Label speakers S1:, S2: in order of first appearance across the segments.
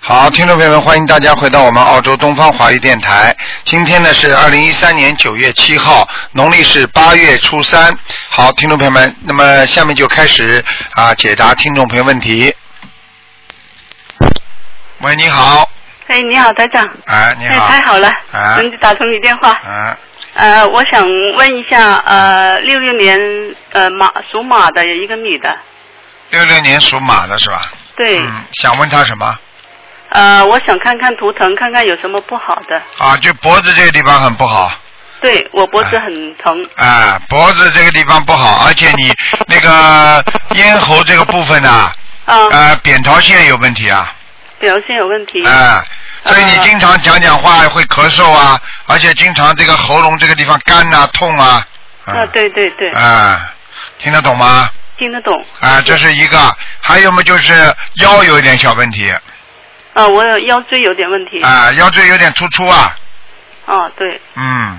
S1: 好，听众朋友们，欢迎大家回到我们澳洲东方华语电台。今天呢是二零一三年九月七号，农历是八月初三。好，听众朋友们，那么下面就开始啊解答听众朋友问题。喂，你好，
S2: 哎，你好，台长。
S1: 哎，你
S2: 哎，
S1: 好，
S2: 太好了，
S1: 啊
S2: 能打通你电话。
S1: 啊，
S2: 呃，我想问一下，呃，六六年呃马属马的一个女的，
S1: 六六年属马的是吧？
S2: 对，
S1: 嗯，想问他什么？
S2: 呃，我想看看图腾，看看有什么不好的。
S1: 啊，就脖子这个地方很不好。
S2: 对我脖子很疼，
S1: 啊，脖子这个地方不好，而且你那个咽喉这个部分呐、啊，
S2: 啊，
S1: 呃，扁桃腺有问题啊，
S2: 表现有问题，
S1: 啊，所以你经常讲讲话会咳嗽啊，而且经常这个喉咙这个地方干呐、痛啊，
S2: 啊，对对对，
S1: 啊，听得懂吗？
S2: 听得懂。
S1: 啊，这是一个，还有么就是腰有一点小问题，
S2: 啊，我有腰椎有点问题。
S1: 啊，腰椎有点突出啊，
S2: 啊，对，
S1: 嗯，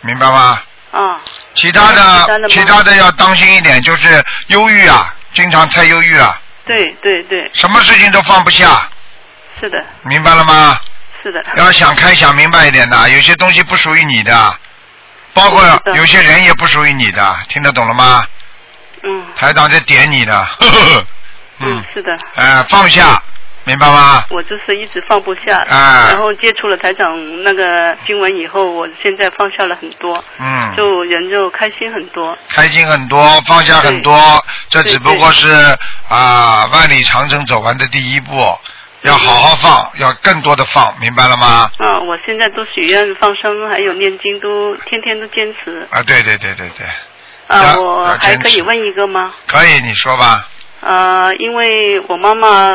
S1: 明白吗？
S2: 啊，
S1: 其他
S2: 还有
S1: 的
S2: 其
S1: 其
S2: 他的吗
S1: 他的要当心一点，就是忧郁啊，经常太忧郁了、
S2: 对对对，
S1: 什么事情都放不下，
S2: 是的，
S1: 明白了吗？
S2: 是的，
S1: 要想开、想明白一点的，有些东西不属于你的，包括
S2: 嗯是的
S1: 有些人也不属于你的，听得懂了吗？
S2: 嗯
S1: 台长在点你 呢，呵呵呵嗯，
S2: 是的。
S1: 呃，放下，明白吗？
S2: 我就是一直放不下，
S1: 啊
S2: 然后接触了台长那个经文以后，我现在放下了很多，
S1: 嗯，
S2: 就人就开心很多。
S1: 开心很多，放下很多，这
S2: 对
S1: 只不过是啊、万里长征走完的第一步，要好好放，
S2: 嗯
S1: 要更多的放，明白了吗？
S2: 啊，我现在都许愿放生，还有念经，都天天都坚持。
S1: 啊，对对对对对，
S2: 啊，
S1: 要
S2: 我
S1: 要坚
S2: 还可以
S1: 持
S2: 问一个吗？
S1: 可以，你说吧，
S2: 呃，因为我妈妈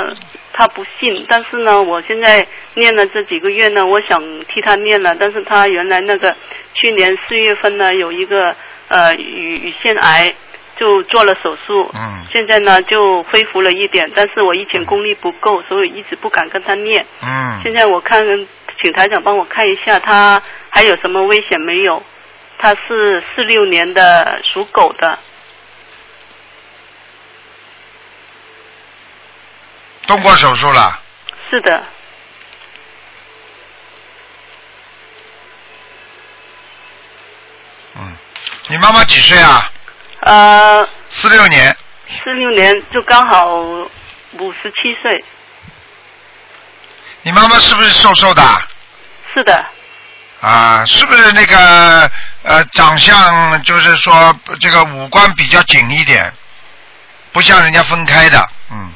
S2: 她不信，但是呢，我现在念了这几个月呢，我想替她念了，但是她原来那个去年四月份呢有一个呃乳乳腺癌，就做了手术，
S1: 嗯
S2: 现在呢就恢复了一点，但是我以前功力不够，所以一直不敢跟她念。
S1: 嗯。
S2: 现在我看，请台长帮我看一下她还有什么危险没有？她是四六年的属狗的，
S1: 动过手术了，
S2: 是的。
S1: 嗯，你妈妈几岁啊？
S2: 呃，
S1: 四六年，
S2: 四六年就刚好五十七岁，
S1: 你妈妈是不是瘦瘦的？
S2: 是的，
S1: 啊，是不是那个呃，长相就是说这个五官比较紧一点，不像人家分开的，嗯，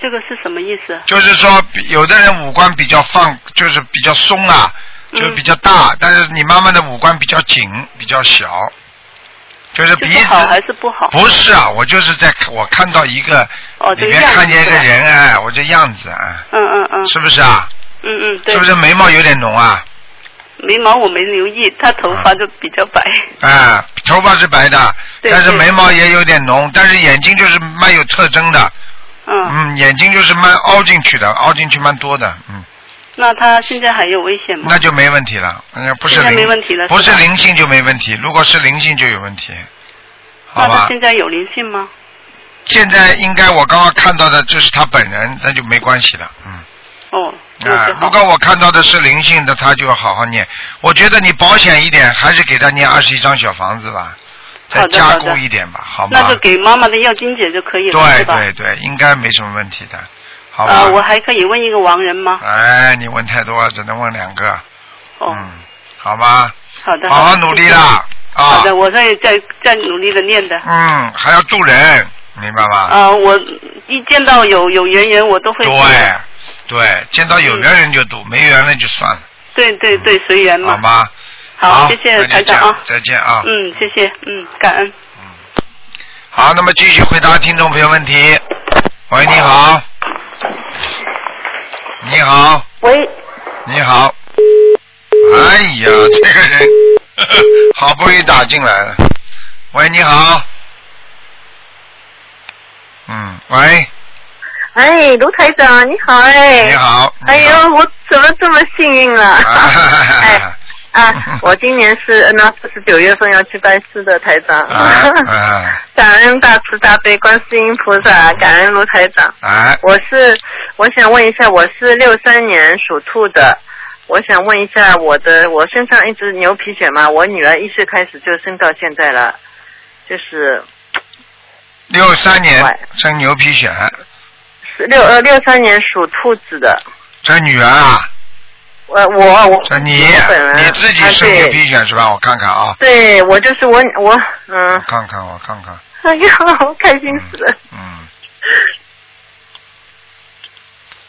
S2: 这个是什么意思？
S1: 就是说比有的人五官比较放，就是比较松啊，
S2: 嗯
S1: 就是比较大，但是你妈妈的五官比较紧，比较小，就是
S2: 就
S1: 鼻
S2: 是好还
S1: 子
S2: 是不好？
S1: 不是啊，我就是在我看到一个
S2: 哦，
S1: 里
S2: 这个
S1: 面
S2: 样子
S1: 看见一
S2: 是
S1: 个
S2: 吧。
S1: 人，哎，我这样子啊，
S2: 嗯嗯嗯
S1: 是不是啊？
S2: 嗯嗯，对，
S1: 是不是眉毛有点浓啊？
S2: 眉毛我没留意，他头发
S1: 嗯
S2: 就比较白。
S1: 啊，头发是白的，
S2: 对
S1: 但是
S2: 对
S1: 眉毛也有点浓，但是眼睛就是蛮有特征的，
S2: 嗯，
S1: 嗯，眼睛就是蛮凹进去的，凹进去蛮多的，嗯，
S2: 那他现在还有危险吗
S1: 那？就没问题了，嗯，不是
S2: 现在
S1: 灵，
S2: 嗯没问题了
S1: 不
S2: 是
S1: 是
S2: 吧
S1: 灵性就没问题，如果是灵性就有问题，好
S2: 那他
S1: 吧？
S2: 现在有灵性吗？
S1: 现在应该我刚刚看到的就是他本人，那就没关系了，嗯。
S2: 哦，那
S1: 啊
S2: 就，
S1: 如
S2: 好。
S1: 果我看到的是灵性的，他就要好好念。我觉得你保险一点，还是给他念二十一张小房子吧，再
S2: 好的
S1: 加
S2: 好的
S1: 固一点吧，好吗？
S2: 那就给妈妈的药金姐就可以了，
S1: 对
S2: 是吧？
S1: 对对，应该没什么问题的，好吧？
S2: 啊，我还可以问一个亡人吗？
S1: 哎，你问太多了，只能问两个，
S2: 哦，
S1: 嗯，好吗？
S2: 好的，
S1: 好好
S2: 的
S1: 努力。
S2: 谢谢
S1: 啦，啊
S2: 好，的，我会再再努力的念的。
S1: 嗯，还要渡人，明白吗？
S2: 啊、我一见到有有缘人，我都会嗯
S1: 对对，见到有缘人就渡，没缘人就算了，
S2: 对对对，随缘
S1: 嗯好
S2: 嘛。
S1: 吗？
S2: 嗯好
S1: 好，
S2: 谢谢
S1: 那就
S2: 台
S1: 这
S2: 长
S1: 样
S2: 啊。
S1: 再见啊。
S2: 嗯，谢谢，嗯，感恩。
S1: 好，那么继续回答听众朋友问题。喂，你好。你好，
S3: 喂，
S1: 你好。哎呀，这个人 呵呵好不容易打进来了。喂，你好。嗯，喂，
S3: 哎，卢台长，你好哎。
S1: 你。好。你好
S3: 哎呦，我怎么这么幸运啊？哎
S1: 啊
S3: 啊，我今年是呃那不是九月份要去拜师的台长。
S1: 啊啊
S3: 感恩大慈大悲观世音菩萨，感恩卢台长。
S1: 啊！
S3: 我是我想问一下，我是六三年属兔的，我想问一下我的我身上一直牛皮癣嘛，我女儿一岁开始就生到现在了，就是
S1: 六三年
S3: 喂
S1: 生牛皮癣，
S3: 是六呃六三年属兔子的，
S1: 这女儿啊，
S3: 呃我我
S1: 这你
S3: 我本人
S1: 你自己
S3: 啊
S1: 生牛
S3: 对
S1: 皮癣是吧？我看看啊，
S3: 对我就是我我嗯
S1: 我，看看我看看，
S3: 哎呀， 我开心
S1: 嗯
S3: 死了，
S1: 嗯，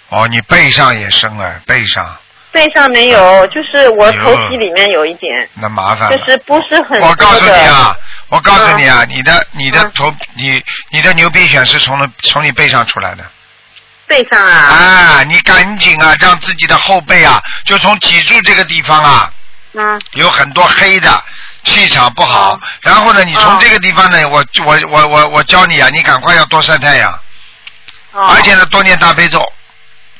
S1: 哦，你背上也生啊，背上
S3: 背上没有，就是我头
S1: 哎呦
S3: 皮里面有一点，
S1: 那麻烦了。
S3: 就是不是很
S1: 啊我告诉
S3: 多
S1: 你
S3: 的
S1: 啊，我告诉你啊，你的你的
S3: 嗯
S1: 头你你的牛皮癣是从了从你背上出来的
S3: 背上啊，
S1: 啊！你赶紧啊，让自己的后背啊，就从脊柱这个地方啊，
S3: 嗯
S1: 有很多黑的。气场不好，
S3: 哦
S1: 然后呢，你从
S3: 哦
S1: 这个地方呢，我我我我我教你啊，你赶快要多晒太阳，
S3: 哦，
S1: 而且呢，多念大悲咒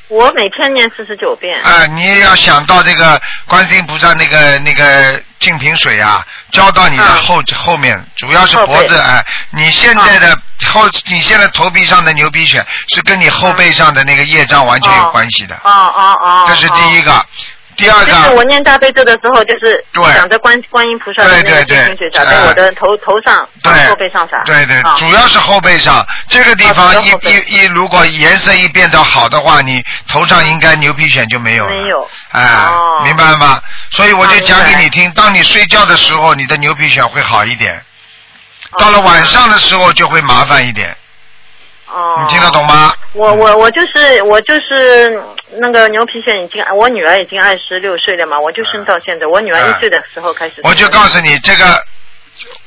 S3: 我每天念四十九遍，
S1: 啊、你也要想到这个观世音菩萨那个那个净瓶水啊，浇到你的
S3: 嗯
S1: 后、后面，主要是脖子
S3: 后背啊
S1: 哎、你现在的、后，你现在头皮上的牛皮癣是跟你后背上的那个业障完全有关系的，
S3: 哦哦哦，
S1: 这是第一
S3: 哦。
S1: 个。第二
S3: 就是我
S1: 个，
S3: 念大悲咒的时候，就是
S1: 对
S3: 想着观观音菩萨的那
S1: 对对
S3: 个
S1: 对哎
S3: 清水洒在我的头头上、
S1: 对
S3: 后背上洒。
S1: 对对，
S3: 啊
S1: 主要是后背上这个地
S3: 哦
S1: 方
S3: 主要
S1: 一
S3: 后背
S1: 一一，如果颜色一变到好的话，你头上应该牛皮癣就没有了。
S3: 没有
S1: 哎、
S3: 哦
S1: 明白吗？所以我就
S3: 哦
S1: 讲给
S3: 明白
S1: 你听，当你睡觉的时候，你的牛皮癣会好一点，
S3: 哦
S1: 到了晚上的时候就会麻烦一点。
S3: 哦，
S1: 你听得懂？吗？
S3: 我我我就是我就是嗯那个牛皮癣已经，我女儿已经二十六岁了嘛，我就生到现在，我女儿
S1: 嗯
S3: 一岁的时候开始。
S1: 我就告诉你，这个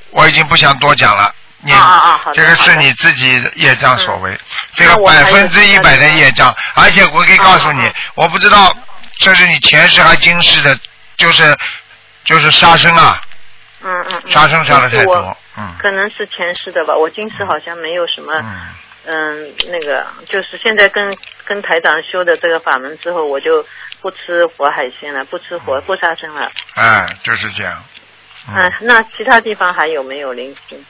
S1: 我已经不想多讲了。你、
S3: 啊啊啊好
S1: 这
S3: 的
S1: 个是
S3: 好的嗯
S1: 你自己的业障所为，这个
S3: 那我
S1: 百
S3: 还有
S1: 分之一百的业障，而且我可以告诉你，
S3: 啊啊
S1: 我不知道这是你前世还今世的，就是就是杀生啊，
S3: 嗯嗯嗯，
S1: 杀生杀的太
S3: 就是
S1: 多
S3: 我，
S1: 嗯
S3: 可能是前世的吧，我今世好像没有什么。
S1: 嗯，
S3: 嗯，那个就是现在跟跟台长修的这个法门之后，我就不吃活海鲜了，不吃活不杀生了。
S1: 哎，就是这样，嗯，
S3: 嗯，那其他地方还有没有灵性？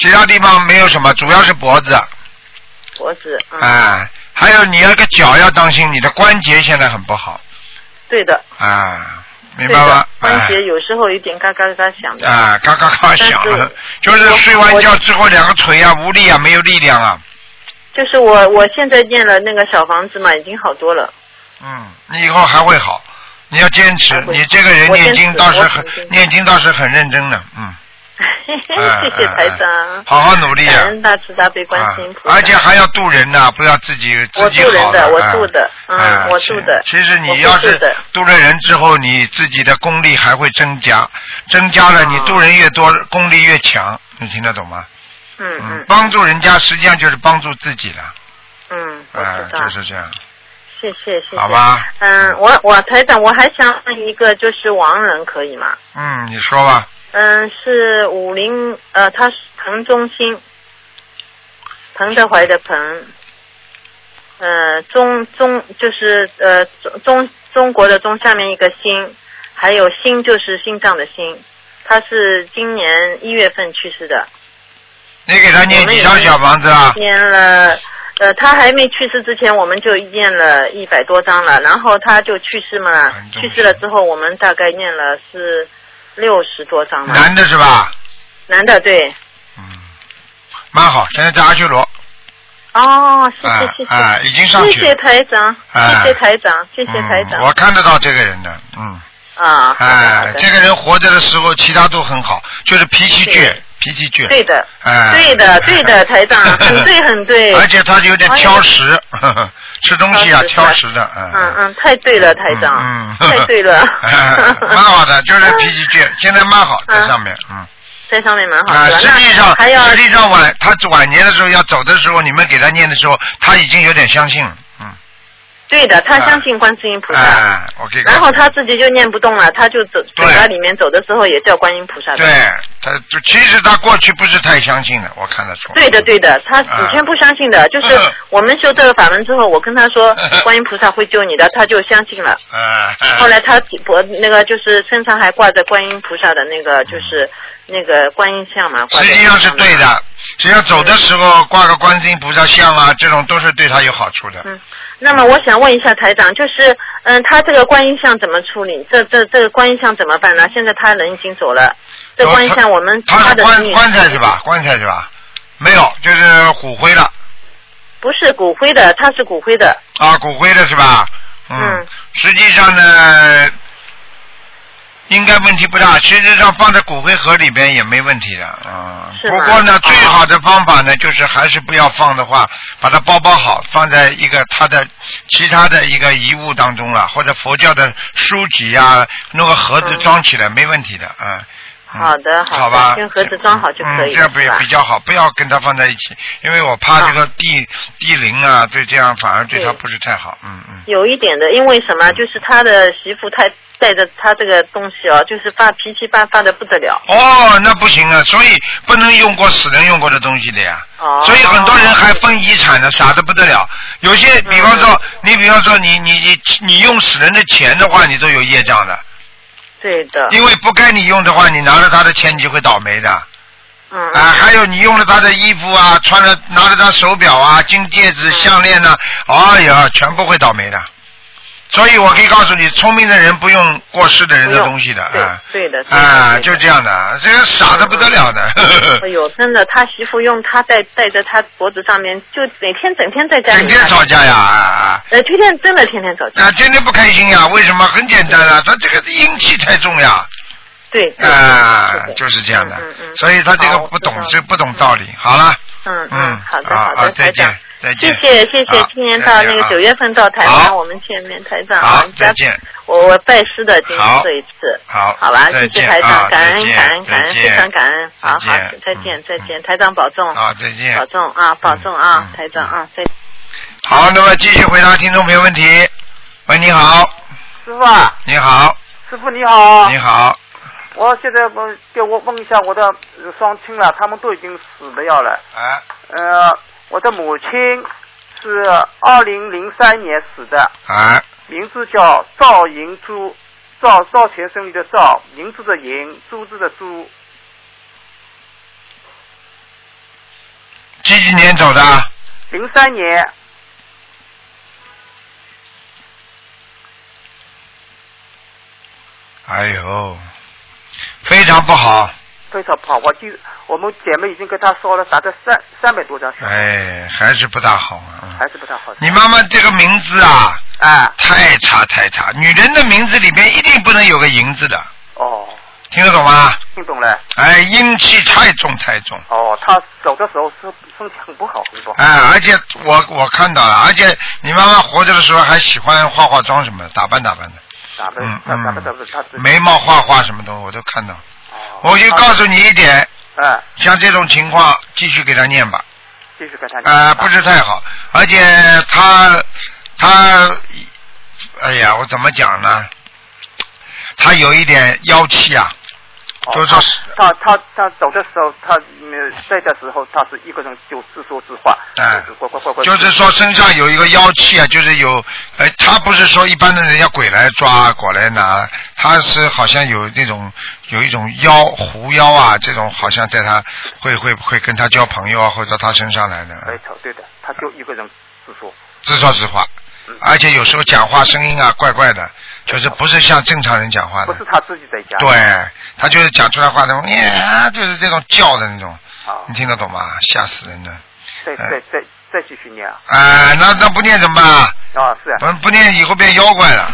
S1: 其他地方没有什么，主要是脖子，
S3: 脖子，嗯，
S1: 哎，还有你那个脚要当心，你的关节现在很不好，
S3: 对的，
S1: 哎，明
S3: 对
S1: 白吗
S3: 的，？
S1: 哎
S3: 关节有时候有点嘎嘎嘎响的。
S1: 啊，嘎嘎嘎响
S3: 但是
S1: 了，就是
S3: 我
S1: 睡完觉之后两个腿啊无力啊，没有力量啊。
S3: 就是我我现在念了那个小房子嘛，已经好多了。
S1: 嗯，你以后还会好，你要坚持
S3: 还，会
S1: 你这个人
S3: 我
S1: 念
S3: 坚持
S1: 经倒是
S3: 我
S1: 很
S3: 肯定
S1: 念经倒是很认真的， 嗯，哎
S3: 谢谢台
S1: 哎
S3: 长，
S1: 好好努力啊
S3: 感，恩大慈大悲观
S1: 啊
S3: 世音菩萨。
S1: 而且还要渡人呐，不要自己自
S3: 我
S1: 己
S3: 渡人
S1: 好
S3: 的，我
S1: 哎
S3: 渡的，
S1: 哎
S3: 嗯，我渡的。
S1: 其其实
S3: 我
S1: 你
S3: 不
S1: 要
S3: 渡
S1: 是
S3: 的
S1: 渡了人之后，你自己的功力还会增加，增加了你
S3: 哦
S1: 渡人越多，功力越强，你听得懂吗？
S3: 嗯
S1: 嗯
S3: 嗯，
S1: 帮助人家实际上就是帮助自己了。
S3: 嗯，我
S1: 啊，
S3: 知道
S1: 就。是这样，
S3: 谢谢谢谢。
S1: 好吧？
S3: 嗯，我我台长，我还想问一个，就是亡人可以吗？
S1: 嗯，你说吧，
S3: 嗯，是五零呃，他是彭中兴，彭德怀的彭，呃，中中就是呃中中中国的中下面一个心，还有心就是心脏的心，他是今年一月份去世的，
S1: 你给他念
S3: 我们
S1: 几
S3: 也
S1: 张
S3: 是
S1: 小房子啊？
S3: 念了。呃，他还没去世之前，我们就念了一百多章了，然后他就去世嘛
S1: 很，重
S3: 去世了之后，我们大概念了是六十多章了。
S1: 男的是吧？
S3: 男的对，
S1: 嗯，蛮好，现在在阿修罗，
S3: 哦，谢
S1: 啊
S3: 谢谢谢，
S1: 啊，已经上去
S3: 谢谢
S1: 了，
S3: 台长，
S1: 啊
S3: 谢谢台长，谢谢台
S1: 嗯，
S3: 长
S1: 我看得到这个人的，嗯，
S3: 啊，好的好
S1: 哎
S3: 的，
S1: 这个人活着的时候其他都很好，就是脾气倔
S3: 对，
S1: 脾气倔，
S3: 对的，
S1: 哎，
S3: 对的对的，台长，很对很对，
S1: 而且他有点
S3: 哎呀
S1: 挑食， 呵呵吃东西啊挑
S3: 挑
S1: 食
S3: 食
S1: 的，
S3: 嗯嗯，太对了，台长，
S1: 嗯，嗯
S3: 太 对了，
S1: 哎蛮好的，就是脾气倔，现在蛮好，在
S3: 嗯
S1: 上面，嗯。
S3: 在上面蛮好
S1: 啊，
S3: 的，
S1: 实际
S3: 那
S1: 上
S3: 还要
S1: 实际上晚他晚年的时候要走的时候，你们给他念的时候，他已经有点相信了，嗯，
S3: 对的，他
S1: 啊
S3: 相信观世音菩萨。
S1: 哎，我可以告诉你。
S3: 然后他自己就念不动了，他就走
S1: 对
S3: 走到里面走的时候也叫观音菩萨的。
S1: 对，他就其实他过去不是太相信的，我看得出。
S3: 对的，对的，他
S1: 啊
S3: 以前不相信的， 就是
S1: 嗯
S3: 我们修这个法门之后，我跟 他说观音菩萨会救你的，他就相信了。
S1: 哎。哎
S3: 后来他脖那个就是身上还挂着观音菩萨的那个就是那个观音像嘛，挂
S1: 哎实嗯
S3: 在
S1: 际上是对
S3: 身上嘛。
S1: 的，只要走的时候挂个观世音菩萨像啊，这种都是对他有好处的。
S3: 嗯，那么我想问一下台长，就是嗯，他这个观音像怎么处理？这这这个观音像怎么办呢？现在他人已经走了，这观音像我们
S1: 他
S3: 他
S1: 是
S3: 的
S1: 棺
S3: 命
S1: 棺材是吧？棺材是吧？没有，就是骨灰了
S3: 不是骨灰的，他是骨灰的。
S1: 啊，骨灰了是吧？
S3: 嗯
S1: 实际上呢，应该问题不大。实际上放在骨灰盒里边也没问题的，嗯。
S3: 是哦
S1: 不
S3: 吗
S1: 过呢，最好的方法呢，就是还是不要放的话，把它包包好，放在一个他的其他的一个遗物当中了，或者佛教的书籍啊，弄个盒子
S3: 嗯
S1: 装起来，没问题的，嗯。嗯
S3: 好的好的
S1: 好吧，
S3: 用盒子装好就可
S1: 嗯，
S3: 以
S1: 这样
S3: 了
S1: 不也
S3: 是吧
S1: 比较好，不要跟它放在一起，因为我怕这个地、地灵啊，对这样反而对它
S3: 对
S1: 不是太好，嗯嗯。
S3: 有一点的，因为什么？就是他的媳妇太带着他这个东西哦，就是发脾气发发的不得了。
S1: 哦，那不行啊，所以不能用过死人用过的东西的呀。
S3: 哦，
S1: 所以很多人还分遗产呢，傻的不得了。有些，比方说，
S3: 嗯
S1: 你比方说你，你你你用死人的钱的话，你都有业障的，
S3: 对的，
S1: 因为不该你用的话，你拿了他的钱，你就会倒霉的。
S3: 嗯
S1: 啊，还有你用了他的衣服啊，穿了拿了他手表啊、金戒指、
S3: 嗯
S1: 项链呐、哎呀，全部会倒霉的。所以我可以告诉你，聪明的人不用过世的人的东西的
S3: 不用
S1: 啊。
S3: 对对的对的
S1: 啊，
S3: 对的
S1: 就这样的，这个傻的不得了的。
S3: 哎呦，真的，他媳妇用他带带着他脖子上面，就每天整天在家里
S1: 整天吵架呀，啊啊
S3: 呃，天天真的天天吵架。
S1: 啊，天天不开心呀？为什么？很简单
S3: 嗯
S1: 啊，他这个阴气太重呀。
S3: 对，对
S1: 啊，
S3: 对
S1: 就是这样的
S3: 嗯嗯，嗯
S1: 所以他这个
S3: 好我
S1: 不懂
S3: 知道，
S1: 这不懂道理。好了，
S3: 嗯
S1: 嗯
S3: 嗯，好的
S1: 啊
S3: 好
S1: 啊
S3: 的，
S1: 再
S3: 台
S1: 见
S3: 长，
S1: 再
S3: 谢
S1: 见
S3: 谢谢谢
S1: 好，
S3: 今年
S1: 再
S3: 到
S1: 见
S3: 那
S1: 啊
S3: 个九月份到台
S1: 好
S3: 湾，我们见面，台长啊，
S1: 好再见，
S3: 我我拜师的，今
S1: 好
S3: 天这一次，
S1: 好
S3: 好吧，
S1: 再
S3: 谢谢
S1: 见
S3: 台
S1: 啊
S3: 长，感
S1: 再
S3: 恩
S1: 见
S3: 感恩感
S1: 再
S3: 恩，
S1: 见
S3: 非常感恩，好好
S1: 再见，
S3: 再
S1: 嗯
S3: 见再见，台长保重，
S1: 好，再见。
S3: 保重啊，保重啊
S1: 嗯，
S3: 台长啊，再见。
S1: 好，那么继续回答听众朋友问题。喂，你好，
S4: 师傅啊，
S1: 你好，
S4: 师傅你好。
S1: 你好，
S4: 我现在问，给我问一下我的呃双亲了，他们都已经死了要了。
S1: 啊
S4: 呃，我的母亲是二零零三年死的，
S1: 啊，
S4: 名字叫赵银珠，赵赵钱孙李的赵，银子的银，珠子的珠，
S1: 几几年走的？
S4: 零三年。
S1: 哎呦，非常不好，
S4: 非常不好，我就我们姐妹已经给他烧了，达到三三百多张小，
S1: 哎，还是不大好啊。嗯
S4: 还是不太好。
S1: 你妈妈这个名字啊，
S4: 啊，
S1: 太差太差，女人的名字里边一定不能有个银字的，
S4: 哦，
S1: 听得懂吗？
S4: 听懂了。
S1: 哎，阴气太重太重。
S4: 哦，他走的时候是身体很不好，很不好。
S1: 哎，而且我我看到了，而且你妈妈活着的时候还喜欢化化妆什么的，打扮打扮的。
S4: 打不
S1: 嗯
S4: 他打不打不他自
S1: 嗯，
S4: 己
S1: 眉毛画画什么东西我都看到。
S4: 哦
S1: 我就告诉你一点，
S4: 嗯，
S1: 像这种情况继续给他念吧，
S4: 继续跟他
S1: 啊、不是太好，而且他他，哎呀，我怎么讲呢？他有一点妖气啊，
S4: 哦
S1: 就是
S4: 他他他他走的时候，他嗯在的时候，他是一个人就自说自话，
S1: 哎
S4: 就是乖乖乖乖，
S1: 就是说身上有一个妖气啊，就是有，哎，他不是说一般的人家鬼来抓、鬼来拿，他是好像有那种有一种妖狐妖啊，这种好像在他会会会跟他交朋友啊，或者到他身上来的，
S4: 没错，对的，他就一个人自说，
S1: 自说自话
S4: 嗯，
S1: 而且有时候讲话声音啊怪怪的，就是不是像正常人讲话
S4: 不
S1: 的
S4: 是，他自己在家，
S1: 对他就是讲出来话那种，呀，就是这种叫的那种，
S4: 啊
S1: 你，听得懂吗？吓死人了！
S4: 再
S1: 哎
S4: 再再再继续念啊，
S1: 啊，那那不念怎么办啊？
S4: 啊是啊
S1: 不不念以后变妖怪了。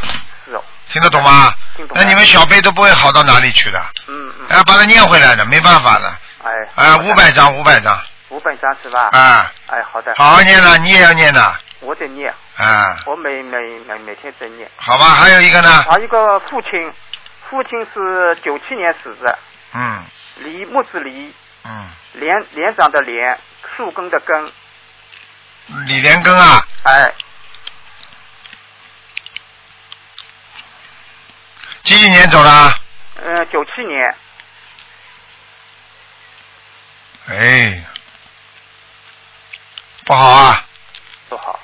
S4: 是哦，
S1: 听得懂吗
S4: 听？懂
S1: 那你们小辈都不会好到哪里去的，啊
S4: 嗯嗯，
S1: 要把它念回来的，没办法的。
S4: 哎，
S1: 啊，五百张，五百张，
S4: 五百张是吧？
S1: 啊，
S4: 哎好的，
S1: 好好念了，你也要念的，
S4: 我得念，
S1: 啊，
S4: 我每每每每天在念，
S1: 好吧？还有一个呢，
S4: 还有一个父亲，父亲是九七年死的，
S1: 嗯
S4: 李木子李。
S1: 嗯，
S4: 连连长的连，树根的根，
S1: 李连根啊，
S4: 哎，
S1: 几几年走的啊？
S4: 呃，九七年，
S1: 哎，不好啊，
S4: 多好，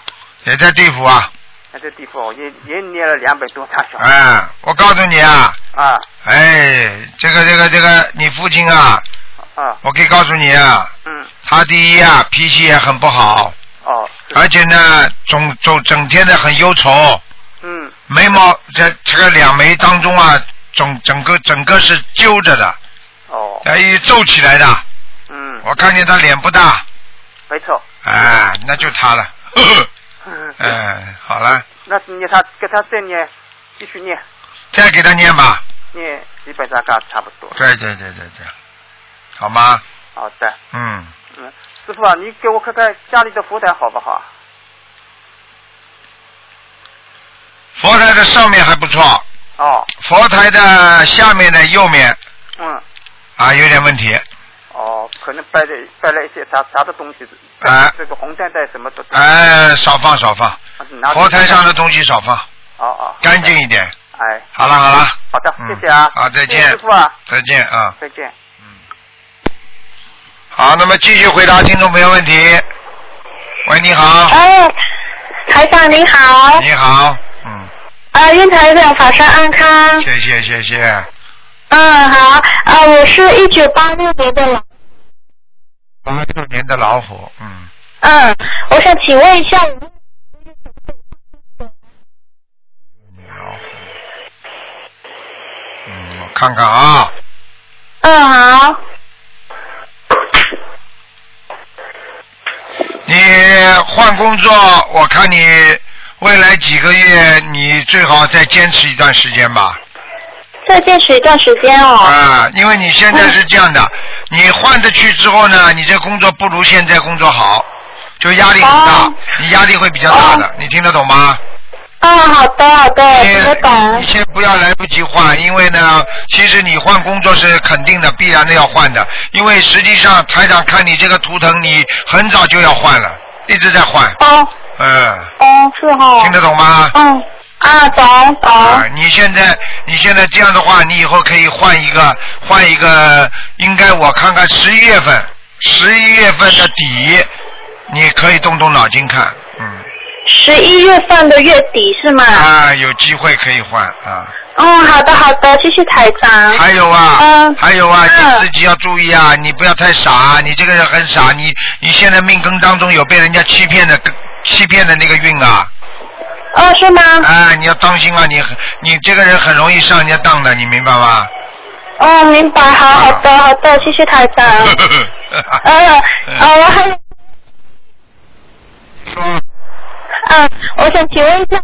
S1: 也在地府啊，
S4: 那这地方也也念了两百多张小
S1: 哎、我告诉你啊，
S4: 啊
S1: 哎，这个这个这个，你父亲啊，
S4: 啊，
S1: 我可以告诉你啊，
S4: 嗯，
S1: 他第一啊脾气也很不好，
S4: 哦，是
S1: 而且呢总总整天的很忧愁，
S4: 嗯，
S1: 眉毛在这个两眉当中啊，整整个整个是揪着的，
S4: 哦，
S1: 哎，皱起来的。
S4: 嗯，
S1: 我看见他脸不大，
S4: 没错。
S1: 哎，那就他了。 呵呵
S4: 嗯，
S1: 哎，好了，
S4: 那念他给他再念，继续念，
S1: 再给他念吧。
S4: 念基本上跟他差不多。
S1: 对对对对对，好吗？
S4: 好的，
S1: 嗯，
S4: 嗯，师傅啊，你给我看看家里的佛台好不好？
S1: 佛台的上面还不错，
S4: 哦，
S1: 佛台的下面的右面
S4: 嗯，
S1: 啊有点问题。
S4: 哦，可能摆了摆了一些啥啥的东西，
S1: 哎
S4: 这个红缎带什么的，
S1: 哎，少放少放，
S4: 拿
S1: 佛台上的，东西少放，
S4: 哦哦，
S1: 干净一点。
S4: 哎，
S1: 好了好了，
S4: 好的，
S1: 嗯
S4: 谢谢啊，
S1: 好再见
S4: 谢谢师傅啊，
S1: 再见啊。
S4: 再见。
S1: 好，那么继续回答听众朋友问题。喂，你好，哎
S5: 哎，台长您好，
S1: 你好，嗯，
S5: 呃，运台长法身安康。
S1: 谢谢谢谢，
S5: 嗯，好，呃，我是一九八六年的老，
S1: 八六年的老虎，嗯，
S5: 嗯，我想请问一下，
S1: 老虎，嗯，我看看啊，
S5: 嗯，好，
S1: 你换工作，我看你未来几个月，你最好再坚持一段时间吧，
S5: 再坚持一段时间哦。嗯
S1: 啊，因为你现在是这样的，你换着去之后呢，你这工作不如现在工作好，就压力很大
S5: 哦，
S1: 你压力会比较大的，你听得懂吗？
S5: 嗯，好的，好的，我
S1: 你
S5: 懂。
S1: 先不要来不及换，因为呢，其实你换工作是肯定的，必然的要换的，因为实际上台长看你这个图腾，你很早就要换了，一直在换，
S5: 哦，
S1: 嗯，
S5: 哦，是哈、
S1: 听得懂吗？
S5: 嗯，啊，懂懂。
S1: 啊，你现在你现在这样的话，你以后可以换一个换一个，应该我看看十一月份，十一月份的底，你可以动动脑筋看，嗯，
S5: 十一月份的月底是吗？
S1: 啊，有机会可以换啊。
S5: 嗯，好的，好的，谢谢台长。
S1: 还有啊，
S5: 嗯
S1: 还有啊，
S5: 嗯
S1: 你自己要注意啊，你不要太傻，你这个人很傻，你你现在命根当中有被人家欺骗的欺骗的那个运啊，
S5: 哦，是吗？
S1: 哎，你要当心啊，你很你这个人很容易上人家当的，你明白吗？嗯
S5: 哦，明白，好好的，好的，谢谢台 长。
S1: 嗯
S5: 呃呃，我还有
S1: 说
S5: 呃，我想请问一下，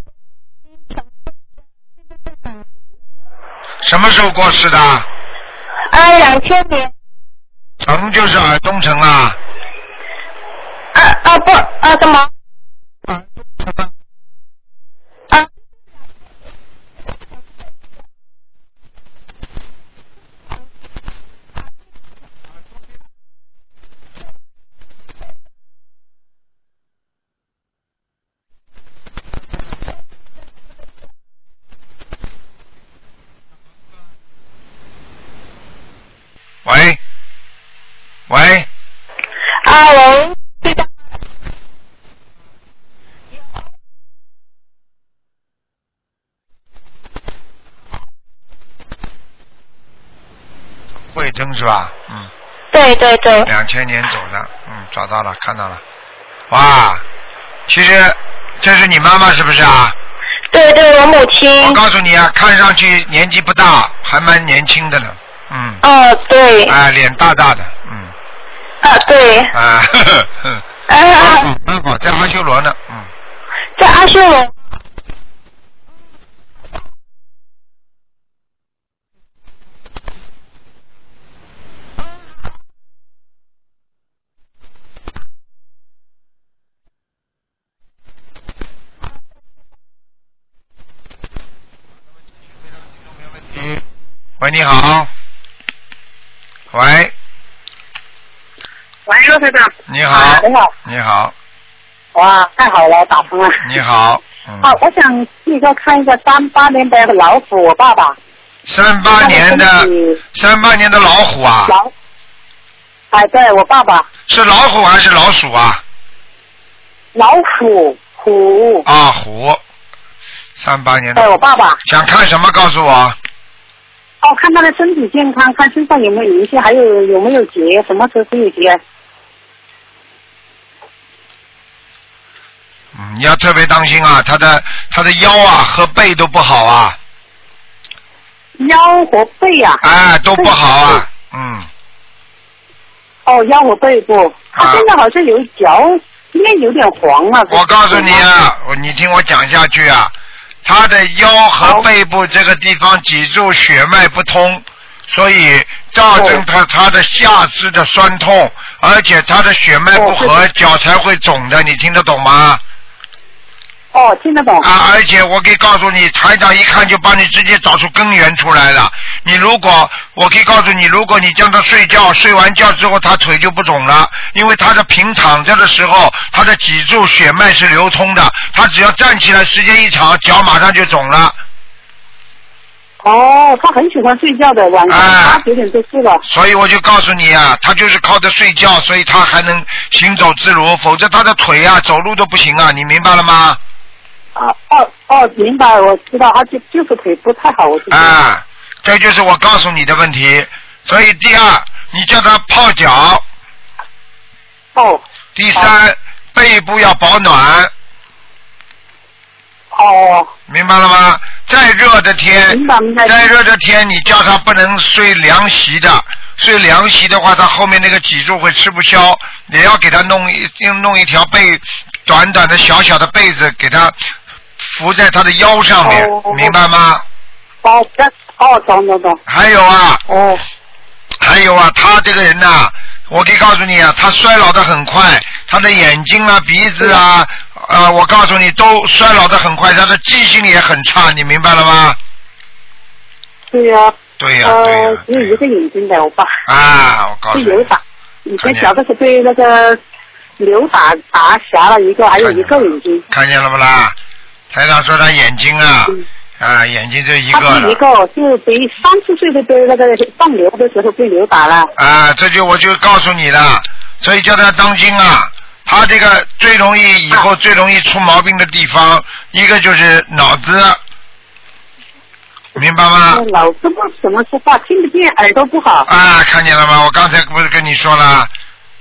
S1: 什么时候过世的？
S5: 呃，两千年，
S1: 成就是耳东城啊，
S5: 呃呃不呃什么？啊，
S1: 喂喂，
S5: 啊喂，对的，
S1: 慧珍是吧？嗯，
S5: 对对对，
S1: 两千年走的，嗯，找到了，看到了，哇，其实这是你妈妈是不是啊？
S5: 对对，我母亲。
S1: 我告诉你啊，看上去年纪不大，还蛮年轻的呢。嗯，
S5: 哦，对，
S1: 啊，脸大大的，嗯，
S5: 啊对，
S1: 啊， 呵呵呵
S5: 啊，
S1: 嗯，蛮好，在阿修罗呢，嗯，
S5: 在阿修罗，
S1: 嗯喂，你好，喂，
S6: 喂，罗台长。
S1: 你好
S6: 啊，你好。
S1: 你好，
S6: 哇，太好了，打通了。
S1: 你好，嗯
S6: 啊，，我想那个看一个三八年的老虎，我爸
S1: 啊
S6: 爸。
S1: 三八年
S6: 他
S1: 的
S6: 身体
S1: 三八年的老虎啊，
S6: 老。哎，对我爸爸，
S1: 是老虎还是老鼠啊？
S6: 老虎虎。
S1: 啊，虎，三八年
S6: 对
S1: 的，
S6: 我爸爸，
S1: 想看什么？告诉我，
S6: 哦，看他的身体健康，看身上有没有灵性，还有有没有结，什么时候会有结？
S1: 嗯，你要特别当心啊，他的他的腰啊和背都不好啊，
S6: 腰和背啊。
S1: 哎，都不好啊，嗯，
S6: 哦，腰和背部，他现在好像有一脚面有点黄了。
S1: 我告诉你啊，我你听我讲下去啊，他的腰和背部这个地方脊柱血脉不通，所以造成他他的下肢的酸痛，而且他的血脉不
S6: 哦
S1: 和，脚才会肿的，你听得懂吗？
S6: 哦，听得懂。
S1: 啊，而且我可以告诉你，台长一看就帮你直接找出根源出来了。你如果，我可以告诉你，如果你叫他睡觉，睡完觉之后他腿就不肿了，因为他的平躺着的时候，他的脊柱血脉是流通的，他只要站起来时间一长，脚马上就肿了。
S6: 哦，他很喜欢睡觉的，晚上
S1: 哎
S6: 八九点就睡了。
S1: 所以我就告诉你啊，他就是靠着睡觉，所以他还能行走自如，否则他的腿啊走路都不行啊，你明白了吗？
S6: 啊，哦哦，明白，我知道，他就就是腿不太好，我知道。
S1: 啊，这就是我告诉你的问题。所以第二，你叫他泡脚。
S6: 哦。
S1: 第三，背部要保暖。
S6: 哦。
S1: 明白了吗？再热的天，再热的天，你叫他不能睡凉席的，睡凉席的话，他后面那个脊柱会吃不消，也要给他弄一弄一条被短短的小小的被子给他扶在他的腰上面，
S6: 哦
S1: 明白吗？
S6: 哦，这哦，懂懂懂。
S1: 还有啊，
S6: 哦，
S1: 还有啊，他这个人呐、我可以告诉你啊，他衰老的很快，他的眼睛啊、鼻子啊，呃，我告诉你都衰老的很快，他的记性也很差，你明白了吗？
S6: 对呀、
S1: 对哎呀、对呀、
S6: 呃，只有一个眼睛的，我爸
S1: 啊，我告诉
S6: 是
S1: 你，
S6: 扭打，以前
S1: 看见
S6: 小的时候被那个扭打打瞎了一个，还有一
S1: 哎
S6: 个眼睛，
S1: 看见了不啦？台长说他眼睛啊，啊，眼睛就一
S6: 嗯他
S1: 个
S6: 是
S1: 了
S6: 一。个，就等于三四岁的被那个放牛的时候被扭打了。
S1: 啊，这就我就告诉你了，所以叫他当心啊。他这个最容易以后最容易出毛病的地方，一个就是脑子，明白吗？
S6: 老是不怎么说话，听不见，耳朵不好。
S1: 啊，看见了吗？我刚才不是跟你说了，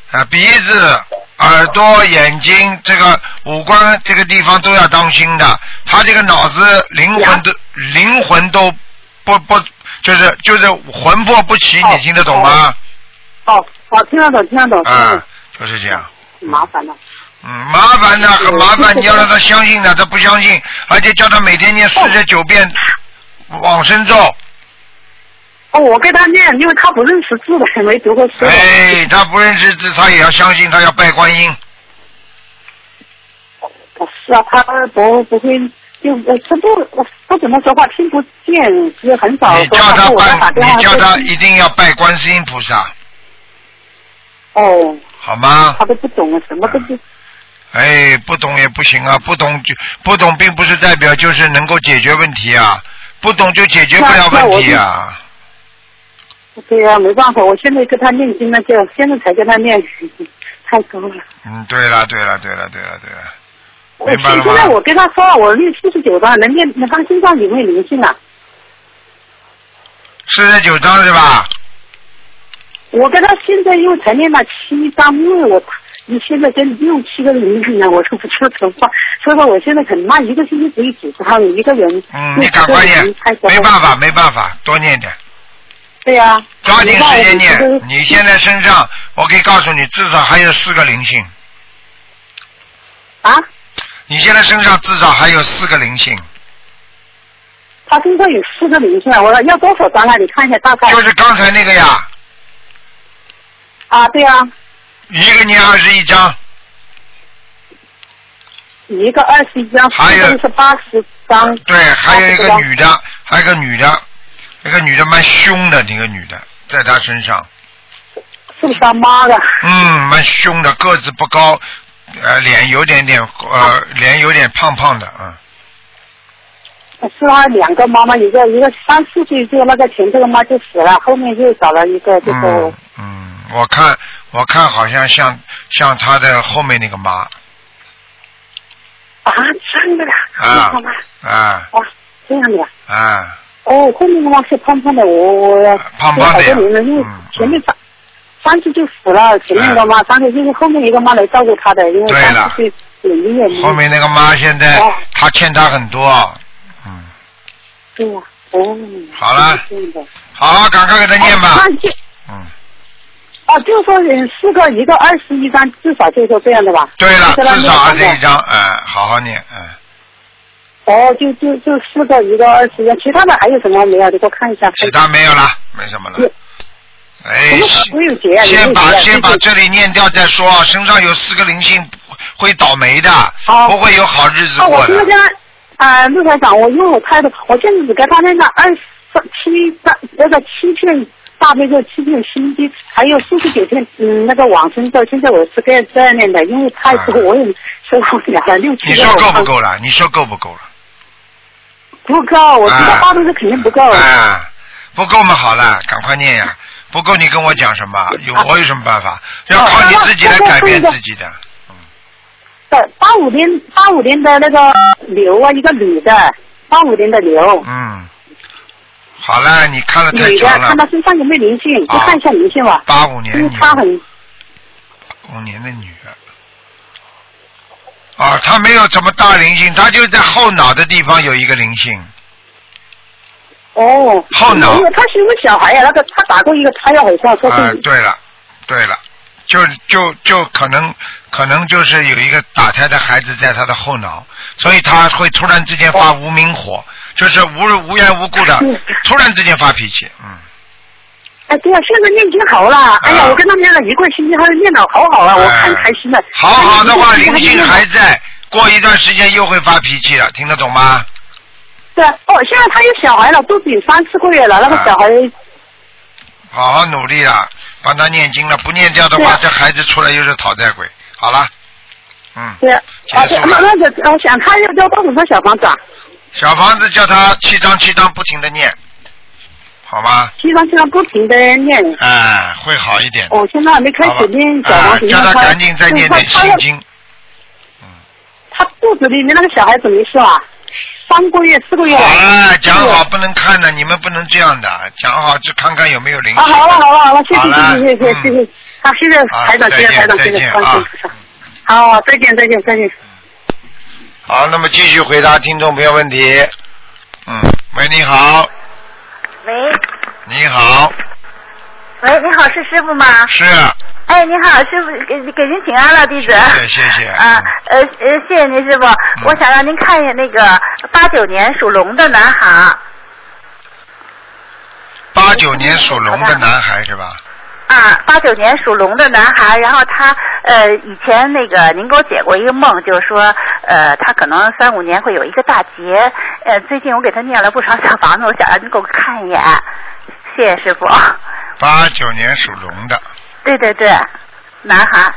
S1: 啊，鼻子、耳朵、眼睛这个五官这个地方都要当心的。他这个脑子、灵魂都灵魂都不不，就是就是魂魄不齐，你听得懂吗？
S6: 哦，我听得懂，听得懂，听得
S1: 啊
S6: 懂，，
S1: 就是这样。
S6: 麻烦了。
S1: 嗯，麻烦的，很麻烦。你要让他相信的，他不相信，而且叫他每天念四十九遍往生咒。
S6: 哦，我给他念，因为他不认识字的，没读过书。
S1: 哎，他不认识字，他也要相信，他要拜观音。
S6: 是啊，他不不会，就呃，他不不怎么说话，听不见，就很少
S1: 你
S6: 说
S1: 叫
S6: 话。
S1: 他
S6: 但我打
S1: 拜，
S6: 电话
S1: 你叫
S6: 就
S1: 他一定要拜观世音菩萨，
S6: 哦，
S1: 好吗？
S6: 他都不懂啊，什么都不。
S1: 哎，不懂也不行啊，不懂就不懂，并不是代表就是能够解决问题啊，不懂就解决不了问题啊。
S6: 对呀、没办法，哎我现在跟他念经那就现在才跟他念，太高了。
S1: 嗯，对了，对了，对了，对了，对了，
S6: 我
S1: 明白了
S6: 现在
S1: 吗？
S6: 我跟他说，我念四十九章，能念，能他身上有没有灵性啊？
S1: 四十九章是吧？
S6: 我跟他现在因为才念了七章，因为我你现在跟六七个人一样，我都不知道怎么办，所以说我现在很慢，一个星期只有几章，一个人。
S1: 嗯，你赶快念，没办法，没办法，多念点。
S6: 对呀、啊，
S1: 抓紧时间
S6: 你看我
S1: 念。你现在身上，我可以告诉你，至少还有四个灵性。
S6: 啊？
S1: 你现在身上至少还有四个灵性，
S6: 他身上有四个灵性啊，我说要多少张啊？你看一下大概。
S1: 就是刚才那个呀，
S6: 啊，对啊，
S1: 一个念二十一章，
S6: 一个二十一张，
S1: 还有
S6: 一个是八十张。
S1: 对，还有一个
S6: 80张
S1: 女的，还有一个女的，那个女的蛮凶的，那个女的在她身上，
S6: 是不是他妈的？
S1: 嗯，蛮凶的，个子不高，呃，脸有点点，呃，脸有点胖胖的，嗯，
S6: 是他两个妈妈，一个一个三四岁就那个前这个妈就死了，后面又找了一个这个。
S1: 嗯嗯，我看我看好像像像她的后面那个妈，
S6: 啊，真的
S1: 啊
S6: 妈妈，
S1: 啊
S6: 哇，这样的啊。
S1: 啊，
S6: 哦，后面的话是胖胖的，我我
S1: 胖胖的呀嗯
S6: 我好多年了，因为前面三三次就死了，前面一个妈，三次就是后面一个妈来照顾他的，因为
S1: 哎对
S6: 三
S1: 了
S6: 次岁有一个月
S1: 后面那个妈现在
S6: 哦
S1: 她欠她很多，嗯，
S6: 对呀、哦。
S1: 好了
S6: 是这样的
S1: 好好赶快给她念吧
S6: 哦，那就
S1: 嗯，
S6: 哦，就是说呃四个一个二十一张，至少就是说这样的吧。
S1: 对了，
S6: 给她
S1: 至
S6: 念
S1: 少
S6: 吧
S1: 二十一张，哎，好好念，嗯，
S6: 哦，就就就四个一个二十一张，其他的还有什么没有？你给我看一下。
S1: 其他没有了，没什么了
S6: 有，
S1: 哎，
S6: 哎我们有节啊，
S1: 先把
S6: 有节啊
S1: 先把
S6: 就是
S1: 这里念掉再说，身上有四个灵性会倒霉的，
S6: 哦
S1: 不会有好日子
S6: 啊，我
S1: 过
S6: 现在
S1: 的
S6: 跟。他，啊、陆台长，我因为我太多，我现在只给他那个二三七大那个七片大悲咒、七片心经，还有四十九片嗯那个往生咒。现在我是在这样念的，因为太多，
S1: 嗯
S6: 我也收不了了，六七
S1: 你
S6: 个
S1: 说够
S6: 我
S1: 不够了？你说够不够了？
S6: 不够，我知道
S1: 啊
S6: 大悲咒肯定不够。
S1: 啊，不够嘛，好了，赶快念呀！不够你跟我讲什么？有
S6: 啊
S1: 我有什么办法？要靠你自己来改变自己的。
S6: 对，呃八五年八五年的那个牛啊，一个女的，八五年的牛，
S1: 嗯，好了，你看了太
S6: 女的，
S1: 长
S6: 看她
S1: 了。
S6: 身上有没有灵性，就
S1: 啊
S6: 看一下灵性吧。
S1: 八五年
S6: 因为
S1: 女，
S6: 她很
S1: 五年的女儿。啊，她没有什么大灵性，她就在后脑的地方有一个灵性。
S6: 哦，
S1: 后脑
S6: 因为她是有个小孩呀、那个她打过一个胎呀，好像说
S1: 啊、
S6: 是
S1: 对了，对了，就就就可能可能就是有一个打胎的孩子在他的后脑，所以他会突然之间发无名火，就是无无缘无故的
S6: 嗯
S1: 突然之间发脾气，嗯，
S6: 哎，对呀，现在念经好了。
S1: 啊
S6: 哎呀，我跟他念了一个星期，他的念的好好啊，我
S1: 哎
S6: 看开心了。
S1: 好好的话
S6: 哎一
S1: 灵
S6: 个星期
S1: 性
S6: 他
S1: 还
S6: 就念了
S1: 在，过一段时间又会发脾气了，听得懂吗？
S6: 对哦，现在他有小孩了，肚子有三四个月了，那个
S1: 啊
S6: 小孩
S1: 好好努力了，帮他念经了，不念掉的
S6: 对
S1: 话，
S6: 啊
S1: 这孩子出来又是讨债鬼。好了，嗯，
S6: 对啊，
S1: 结
S6: 对
S1: 束了
S6: 那那个，我想他要要多少张小房子啊？
S1: 小房子叫他七张七张不停的念，好吗？
S6: 七张七张不停的念。
S1: 哎，会好一点的。
S6: 我现哦在还没开
S1: 好吧
S6: 始念小房子，
S1: 啊
S6: 因
S1: 叫
S6: 为
S1: 他
S6: 他
S1: 赶紧再念点
S6: 就是他
S1: 心
S6: 要
S1: 经。
S6: 他肚子里面那个小孩子没事吧？三个月、四个月
S1: 好
S6: 了。
S1: 了，讲好
S6: 对
S1: 不能看的，你们不能这样的，讲好就看看有没有灵
S6: 啊，
S1: 性。
S6: 好了好了好了，谢
S1: 好了嗯
S6: 谢谢谢谢谢谢，好谢谢
S1: 啊
S6: 台长，
S1: 再
S6: 谢谢
S1: 见
S6: 台长，
S1: 再
S6: 谢谢
S1: 见
S6: 观世音
S1: 啊
S6: 菩萨。好，再见再见再见。
S1: 好，那么继续回答听众朋友问题。嗯，喂，你好，
S5: 喂，
S1: 你好，
S5: 喂，你好，是师傅吗？
S6: 啊
S1: 是，啊
S5: 哎，你好，师傅，给给您请安了，弟子。
S1: 谢谢谢谢。嗯
S5: 啊，呃呃，谢谢您师傅，我想让您看一下那个八九年属龙的男孩，
S1: 八九年属龙的男孩是吧？
S5: 啊，八九年属龙的男孩，然后他呃以前那个您给我解过一个梦，就是说呃他可能三五年会有一个大劫，呃最近我给他念了不少小房子，我想让哎您给我看一眼，谢谢师傅。
S1: 八九年属龙的，
S5: 对对对，男孩。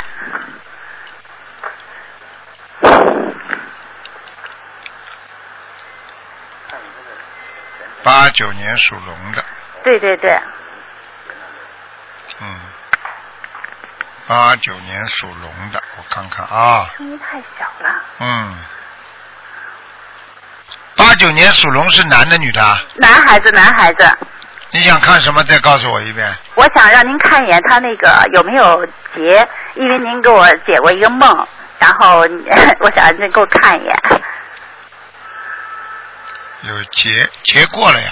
S1: 八九年属龙的，
S5: 对对对，
S1: 嗯，八九年属龙的，我看看啊，
S5: 声音太小了。
S1: 嗯，八九年属龙是男的女的啊？
S5: 男孩子，男孩子，
S1: 你想看什么？再告诉我一遍。
S5: 我想让您看一眼他那个有没有结，因为您给我解过一个梦，然后 我想让您给我看一眼。
S1: 有结结过了呀？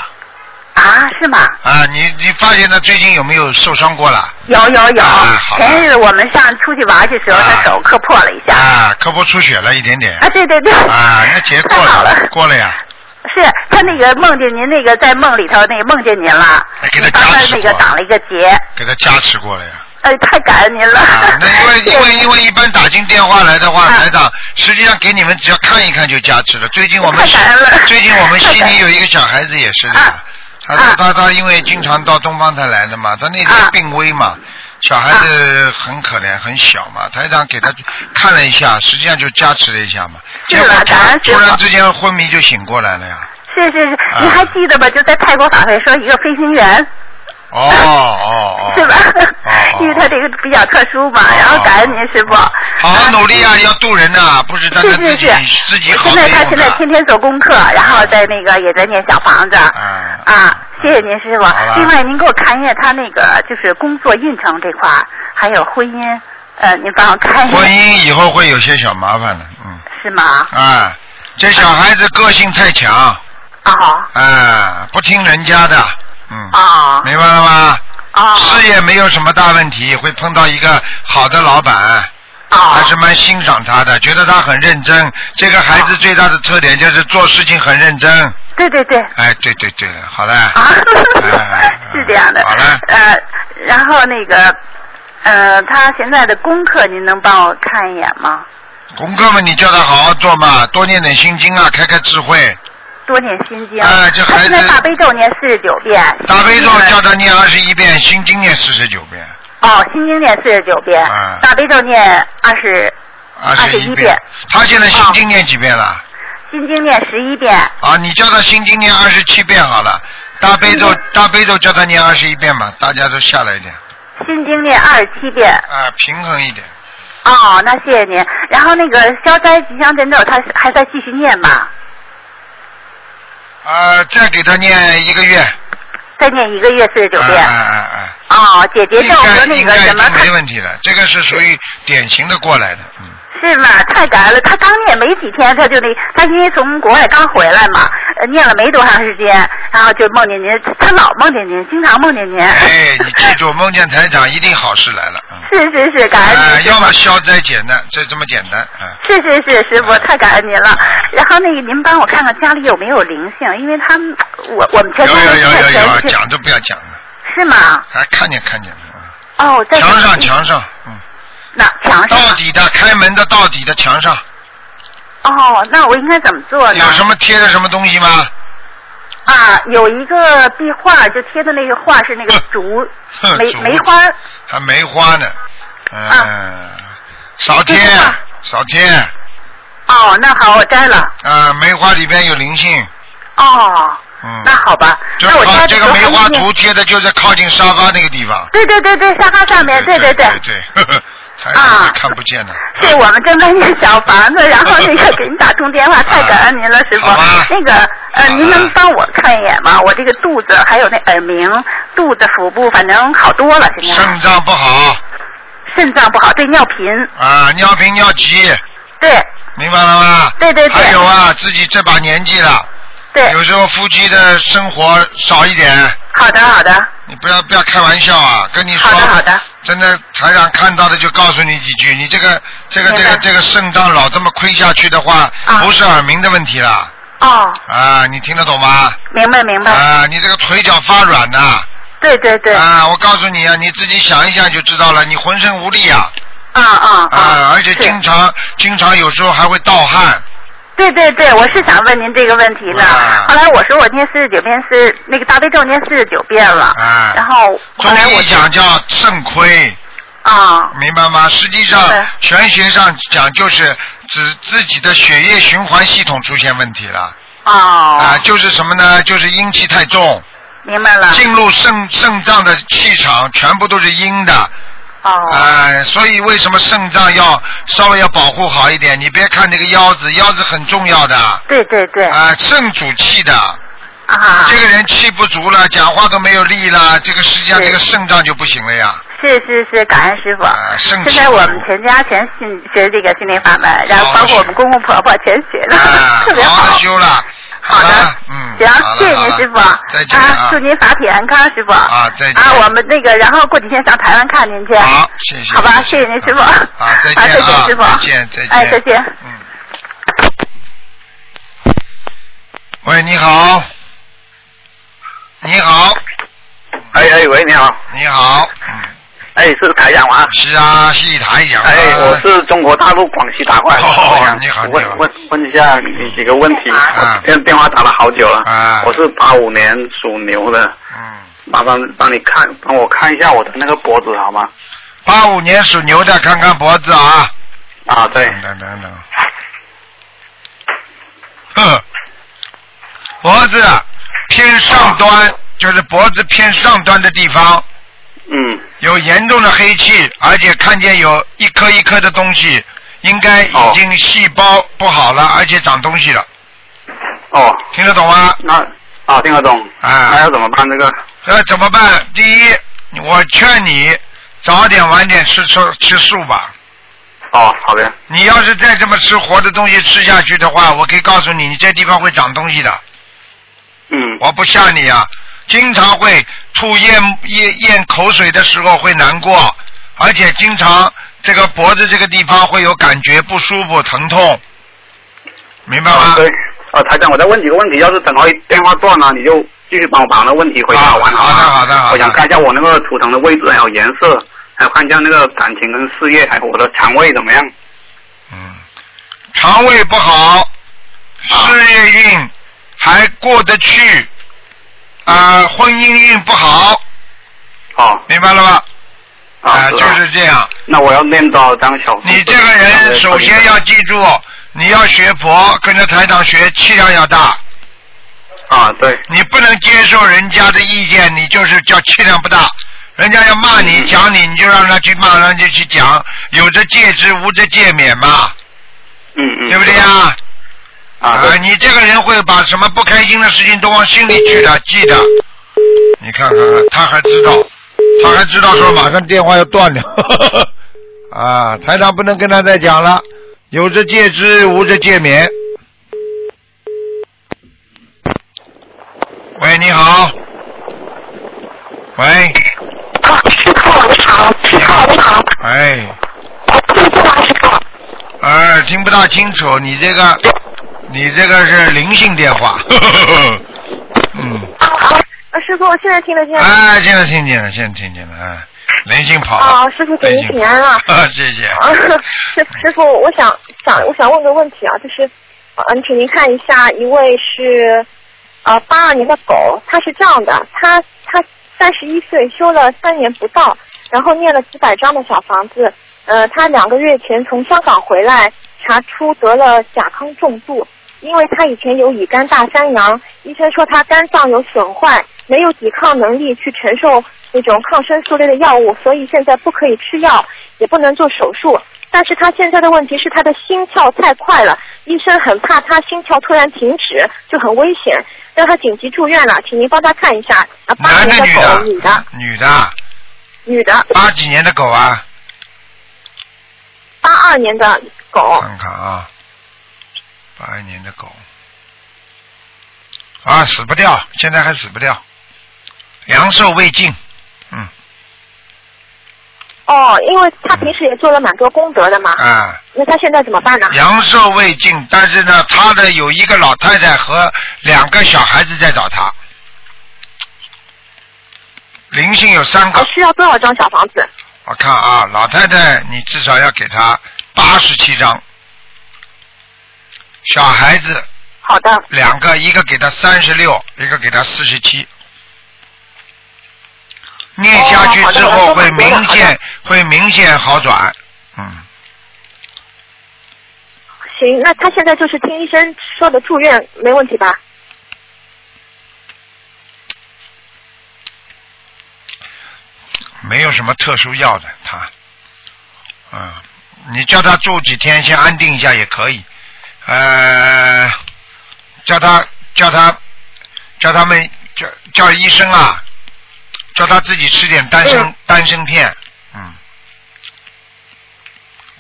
S5: 啊，是吗？
S1: 啊，你你发现他最近有没有受伤过了？
S5: 有有有，
S1: 啊好的
S5: 前日子我们上出去玩去时候，
S1: 啊
S5: 他手磕破了一下。
S1: 啊，磕破出血了一点点。
S5: 啊，对对对。
S1: 啊，那结过
S5: 太好了。
S1: 过了呀。
S5: 是他那个梦见您那个在梦里头那个梦见您了，
S1: 哎给
S5: 你
S1: 他
S5: 帮
S1: 加
S5: 他
S1: 持
S5: 那个
S1: 过
S5: 挡了一个结，
S1: 给他加持过了呀。
S5: 哎，太感恩您了。
S1: 啊，那因为因为
S5: 对
S1: 因为一般打进电话来的话，
S5: 啊
S1: 台长实际上给你们只要看一看就加持了。最近我们
S5: 太感恩了
S1: 最近我们悉
S5: 太感
S1: 尼
S5: 恩
S1: 有一个小孩子也是的
S5: 啊，
S1: 他他
S5: 啊
S1: 他他因为经常到东方台来的嘛，他那
S5: 啊
S1: 天病危嘛。小孩子很可怜，很小嘛，台长给他看了一下，实际上就加持了一下嘛，
S5: 啊
S1: 结
S5: 是
S1: 果
S5: 了
S1: 突
S5: 感恩师
S1: 突
S5: 傅
S1: 然之间昏迷就醒过来了呀。
S5: 是是是
S1: 啊，
S5: 您还记得吧？就在泰国法会说一个飞行员，
S1: 哦哦哦，
S5: 是吧
S1: 哦？
S5: 因为他这个比较特殊嘛，
S1: 哦
S5: 然后感恩您师傅。
S1: 哦好好
S5: 啊
S1: 努力啊，要渡人呐、不是单
S5: 是
S1: 单自
S5: 是
S1: 己
S5: 是，
S1: 自己好
S5: 现
S1: 没
S5: 在
S1: 用
S5: 他现在
S1: 的
S5: 天天做功课，
S1: 嗯
S5: 然后在那个也在念小房子。
S1: 啊
S5: 啊，谢谢您师
S1: 好了
S5: 傅。另外，您给我看一下他那个就是工作运程这块儿，还有婚姻，呃，您帮我看一下。
S1: 婚姻以后会有些小麻烦的，嗯，
S5: 是吗？
S1: 啊，这小孩子个性太强，
S5: 啊
S1: 啊，不听人家的，嗯，
S5: 啊
S1: 明白了吗？
S5: 啊
S1: 事业没有什么大问题，会碰到一个好的老板，还
S5: 啊
S1: 是蛮欣赏他的，觉得他很认真。这个孩子最大的特点就是做事情很认真。
S5: 对对对。
S1: 哎，对对对，好了。
S5: 啊
S1: 哎，
S5: 是这样的。
S1: 好了，
S5: 呃，然后那个，呃，他现在的功课，您能帮我看一眼吗？
S1: 功课嘛，你叫他好好做嘛，多念点心经啊，开开智慧。
S5: 多念心经。
S1: 哎这
S5: 他
S1: 孩
S5: 现
S1: 子
S5: 在大悲咒念四十九遍。
S1: 大悲咒
S5: 心经呢
S1: 叫他念二十一遍，心经念四十九遍，
S5: 哦，心经念四十九遍，
S1: 哎
S5: 大悲咒念二十，
S1: 二
S5: 21
S1: 一
S5: 遍。
S1: 他现在心经念几遍了？
S5: 心经念十一遍。
S1: 啊，你叫他心经念二十七遍好了，大悲咒大悲咒叫他念二十一遍嘛，大家都下来一点，
S5: 心经念二十七遍，
S1: 啊，平衡一点。
S5: 哦，那谢谢您。然后那个消灾吉祥神咒，他还在继续念吧？
S1: 啊，再给他念一个月。
S5: 再念一个月四十九遍。
S1: 哎哎哎
S5: 哦，姐姐
S1: 应
S5: 咒和
S1: 该
S5: 那
S1: 应
S5: 个
S1: 该
S5: 什
S1: 已
S5: 么
S1: 经，没问题了，这个是属于典型的过来的， 嗯，
S5: 是吗？太感恩了。他刚念没几天，他就那，他因为从国外刚回来嘛，呃念了没多长时间，然后就梦见您，他老梦见您，经常梦见您。
S1: 哎，你记住，梦见台长一定好事来了，嗯，
S5: 是是是，感恩
S1: 啊，
S5: 您。
S1: 要么消灾解难，这这么简单，啊，
S5: 是是是，师傅太感恩您了。然后那个您帮我看看家里有没有灵性，因为他们我我们
S1: 有
S5: 全家
S1: 有
S5: 人
S1: 有有
S5: 全
S1: 有，
S5: 是
S1: 讲都不要讲了，
S5: 是吗？
S1: 还看见看见的，
S5: 哦，在
S1: 嗯
S5: 啊
S1: 墙上墙上，嗯，
S5: 那墙上
S1: 到底的开门的到底的墙上
S5: 哦，那我应该怎么做呢？
S1: 有什么贴的什么东西吗？
S5: 啊？有一个壁画，就贴的那个画是那个竹
S1: 哼
S5: 梅
S1: 嗯竹
S5: 梅花
S1: 还梅花呢，嗯
S5: 啊，
S1: 少贴
S5: 这是吧
S1: 少贴，
S5: 哦，那好，我摘了。
S1: 啊，梅花里边有灵性，
S5: 哦，
S1: 嗯
S5: 那，好吧，
S1: 正
S5: 那我
S1: 好
S5: 摘
S1: 这
S5: 的时
S1: 个
S5: 候
S1: 梅花
S5: 还没念
S1: 图贴的就在靠近沙发那个地方。
S5: 对对对对，沙发上面，
S1: 对
S5: 对
S1: 对
S5: 对。
S1: 对， 呵呵台
S5: 啊
S1: 上都看不见的。
S5: 对，我们正在念小房 子，然后那个给您打通电话，太感恩您了，师傅
S1: 好吧。
S5: 那个呃，您能帮我看一眼吗？我这个肚子还有那耳鸣，肚子、腹部，反正好多了，现在
S1: 肾脏不好
S5: 肾脏不好，对尿频，
S1: 啊，尿频尿急，
S5: 对
S1: 明白了吗？
S5: 对对对
S1: 还有啊，自己这把年纪了，
S5: 对，
S1: 有时候夫妻的生活少一点，
S5: 好的好的
S1: 你不要不要开玩笑啊！跟你说，
S5: 好的好的，
S1: 真的台上看到的就告诉你几句，你这个这个这
S5: 明白
S1: 个这个肾脏老这么亏下去的话，
S5: 啊
S1: 不是耳鸣的问题了
S5: 哦，
S1: 啊！你听得懂吗？
S5: 明白明白，
S1: 啊，你这个腿脚发软呐、
S5: 对对对，啊
S1: 啊，我告诉你啊，你自己想一想就知道了，你浑身无力啊，
S5: 啊
S1: 啊，而且
S5: 是
S1: 经常经常有时候还会盗汗，
S5: 对对对，我是想问您这个问题呢
S1: 啊。
S5: 后来我说我念四十九遍是那个大悲咒念四十九遍了，
S1: 啊
S5: 然后后
S1: 中
S5: 来我
S1: 医讲叫肾亏，
S5: 啊
S1: 明白吗？实际上
S5: 明白
S1: 玄学上讲就是指自己的血液循环系统出现问题了，啊，
S5: 哦，
S1: 就是什么呢？就是阴气太重，
S5: 明白了，
S1: 进入肾肾脏的气场全部都是阴的，
S5: 哦
S1: 啊、所以为什么肾脏要稍微要保护好一点？你别看那个腰子，腰子很重要的。
S5: 对对对
S1: 啊、肾主气的，
S5: 啊，
S1: 这个人气不足了，讲话都没有力了，这个实际上
S5: 对
S1: 这个肾脏就不行了呀。
S5: 是是是，感恩师傅
S1: 啊圣。
S5: 现
S1: 气
S5: 在我
S1: 不
S5: 们全家全信学这个心灵法门，然后包括我们公公婆婆全学了，
S1: 啊、
S5: 特别
S1: 好好
S5: 好
S1: 的。修了，
S5: 好
S1: 了
S5: 的，，
S1: 嗯，
S5: 行
S1: 好，了
S5: 谢谢
S1: 好
S5: 您
S1: 了
S5: 师傅，
S1: 再见
S5: 啊，祝您法体安康，师傅。
S1: 啊再见
S5: 啊，我们那个，然后过几天上台湾看您去。
S1: 好，谢谢，
S5: 好吧，谢谢您师傅。
S1: 啊，再见
S5: 啊，再见师傅。
S1: 再见，再见，
S5: 哎，再见。
S1: 嗯。喂，你好，你好，
S7: 哎哎喂，你好，
S1: 你好，嗯，
S7: 哎是台长吗？
S1: 是啊，是一台讲
S7: 哎，我是中国大陆广西打过来的。
S1: 哦
S7: 台长
S1: 你好你好
S7: 问问问一下你几个问题，
S1: 啊
S7: 我电电话打了好久了。
S1: 啊
S7: 我是八五年属牛的，
S1: 嗯，
S7: 麻烦帮你看，帮我看一下我的那个脖子好吗？
S1: 八五年属牛的，看看脖子啊。
S7: 啊，对，
S1: 等等等等。嗯，脖子偏上端，就是脖子偏上端的地方
S7: 嗯，
S1: 有严重的黑气，而且看见有一颗一颗的东西，应该已经细胞不好了，而且长东西了，
S7: 哦，
S1: 听得懂吗？
S7: 那啊听得懂，
S1: 啊
S7: 那要怎么办这个？
S1: 那怎么办？第一，我劝你早点晚点吃吃吃素吧。
S7: 哦，好的。
S1: 你要是再这么吃活的东西吃下去的话，我可以告诉你，你这地方会长东西的。
S7: 嗯。
S1: 我不吓你啊，经常会吐咽咽咽口水的时候会难过，而且经常这个脖子这个地方会有感觉不舒服、疼痛，明白吗？
S7: 对。哦，台长，我再问几个问题，要是等会电话断了，你就继续帮我把那问题回答完
S1: 啊好的，
S7: 吧？
S1: 好的，好
S7: 我
S1: 的
S7: 想。看一下我那个图腾的位置，还有颜色，还有看一下那个感情跟事业，还有我的肠胃怎么样。
S1: 嗯肠胃不
S7: 啊
S1: 好，事业运还过得去，啊、婚姻运不好，
S7: 哦，
S1: 明白了吧？
S7: 啊，
S1: 啊、就是这样。
S7: 那我要念多少张小？
S1: 你这个
S7: 啊
S1: 人首先要记住，你要学佛，跟着台长学，气量要大。
S7: 啊，对。
S1: 你不能接受人家的意见，你就是叫气量不大。人家要骂你、讲你，你就让他去骂，让他去讲。有则戒之，无则戒勉嘛。
S7: 嗯嗯。
S1: 对不对呀？
S7: 啊、
S1: 你这个人会把什么不开心的事情都往心里去的，记得。你看看，他还知道，他还知道说马上电话要断了。 啊，台长不能跟他再讲了，有则戒之，无则戒勉。喂，你好。喂。
S6: 啊
S1: 哎。哎，听不大清楚，你这个，你这个是灵性电话。 嗯，
S3: 啊
S6: 呃师傅，我现在听得见吗？
S1: 哎，现在听见了，现在听见了，哎，灵性跑了。
S6: 啊，师傅给您请安啊。
S1: 啊， 谢谢。
S6: 啊，师师傅，我想想，我想问个问题啊，就是，呃，请您看一下，一位是呃八二年的狗，他是这样的，他他三十一岁，修了三年不到，然后念了几百张的小房子，呃，他两个月前从香港回来，查出得了甲亢重度，因为他以前有乙肝大山羊，医生说他肝脏有损坏，没有抵抗能力去承受那种抗生素类的药物，所以现在不可以吃药，也不能做手术。但是他现在的问题是他的心跳太快了，医生很怕他心跳突然停止，就很危险，让他紧急住院了，请您帮他看一下。啊，八
S1: 男
S6: 年
S1: 的女的？
S6: 狗，女的，
S1: 女的。
S6: 女的，
S1: 八几年的狗啊？
S6: 八二年的狗，
S1: 看看啊，八一年的狗。啊，死不掉，现在还死不掉，阳寿未尽。
S6: 哦，因为他平时也做了蛮多功德的嘛，
S1: 啊。
S6: 那他现在怎么办呢？
S1: 阳寿未尽，但是呢，他的有一个老太太和两个小孩子在找他，灵性有三个。
S6: 需要多少张小房子？
S1: 我看啊，老太太，你至少要给她八十七张，小孩子
S6: 好的，
S1: 两个，一个给她三十六，一个给她四十七。念下去之后
S6: 哦好的
S1: 会明
S6: 好的好
S1: 显
S6: 的
S1: 会明显好转，嗯。
S6: 行，那他现在就是听医生说的住院，没问题吧？
S1: 没有什么特殊药的，他，嗯，你叫他住几天，先安定一下也可以，呃，叫他叫他叫他们叫叫医生啊，叫他自己吃点丹参、丹参片，嗯，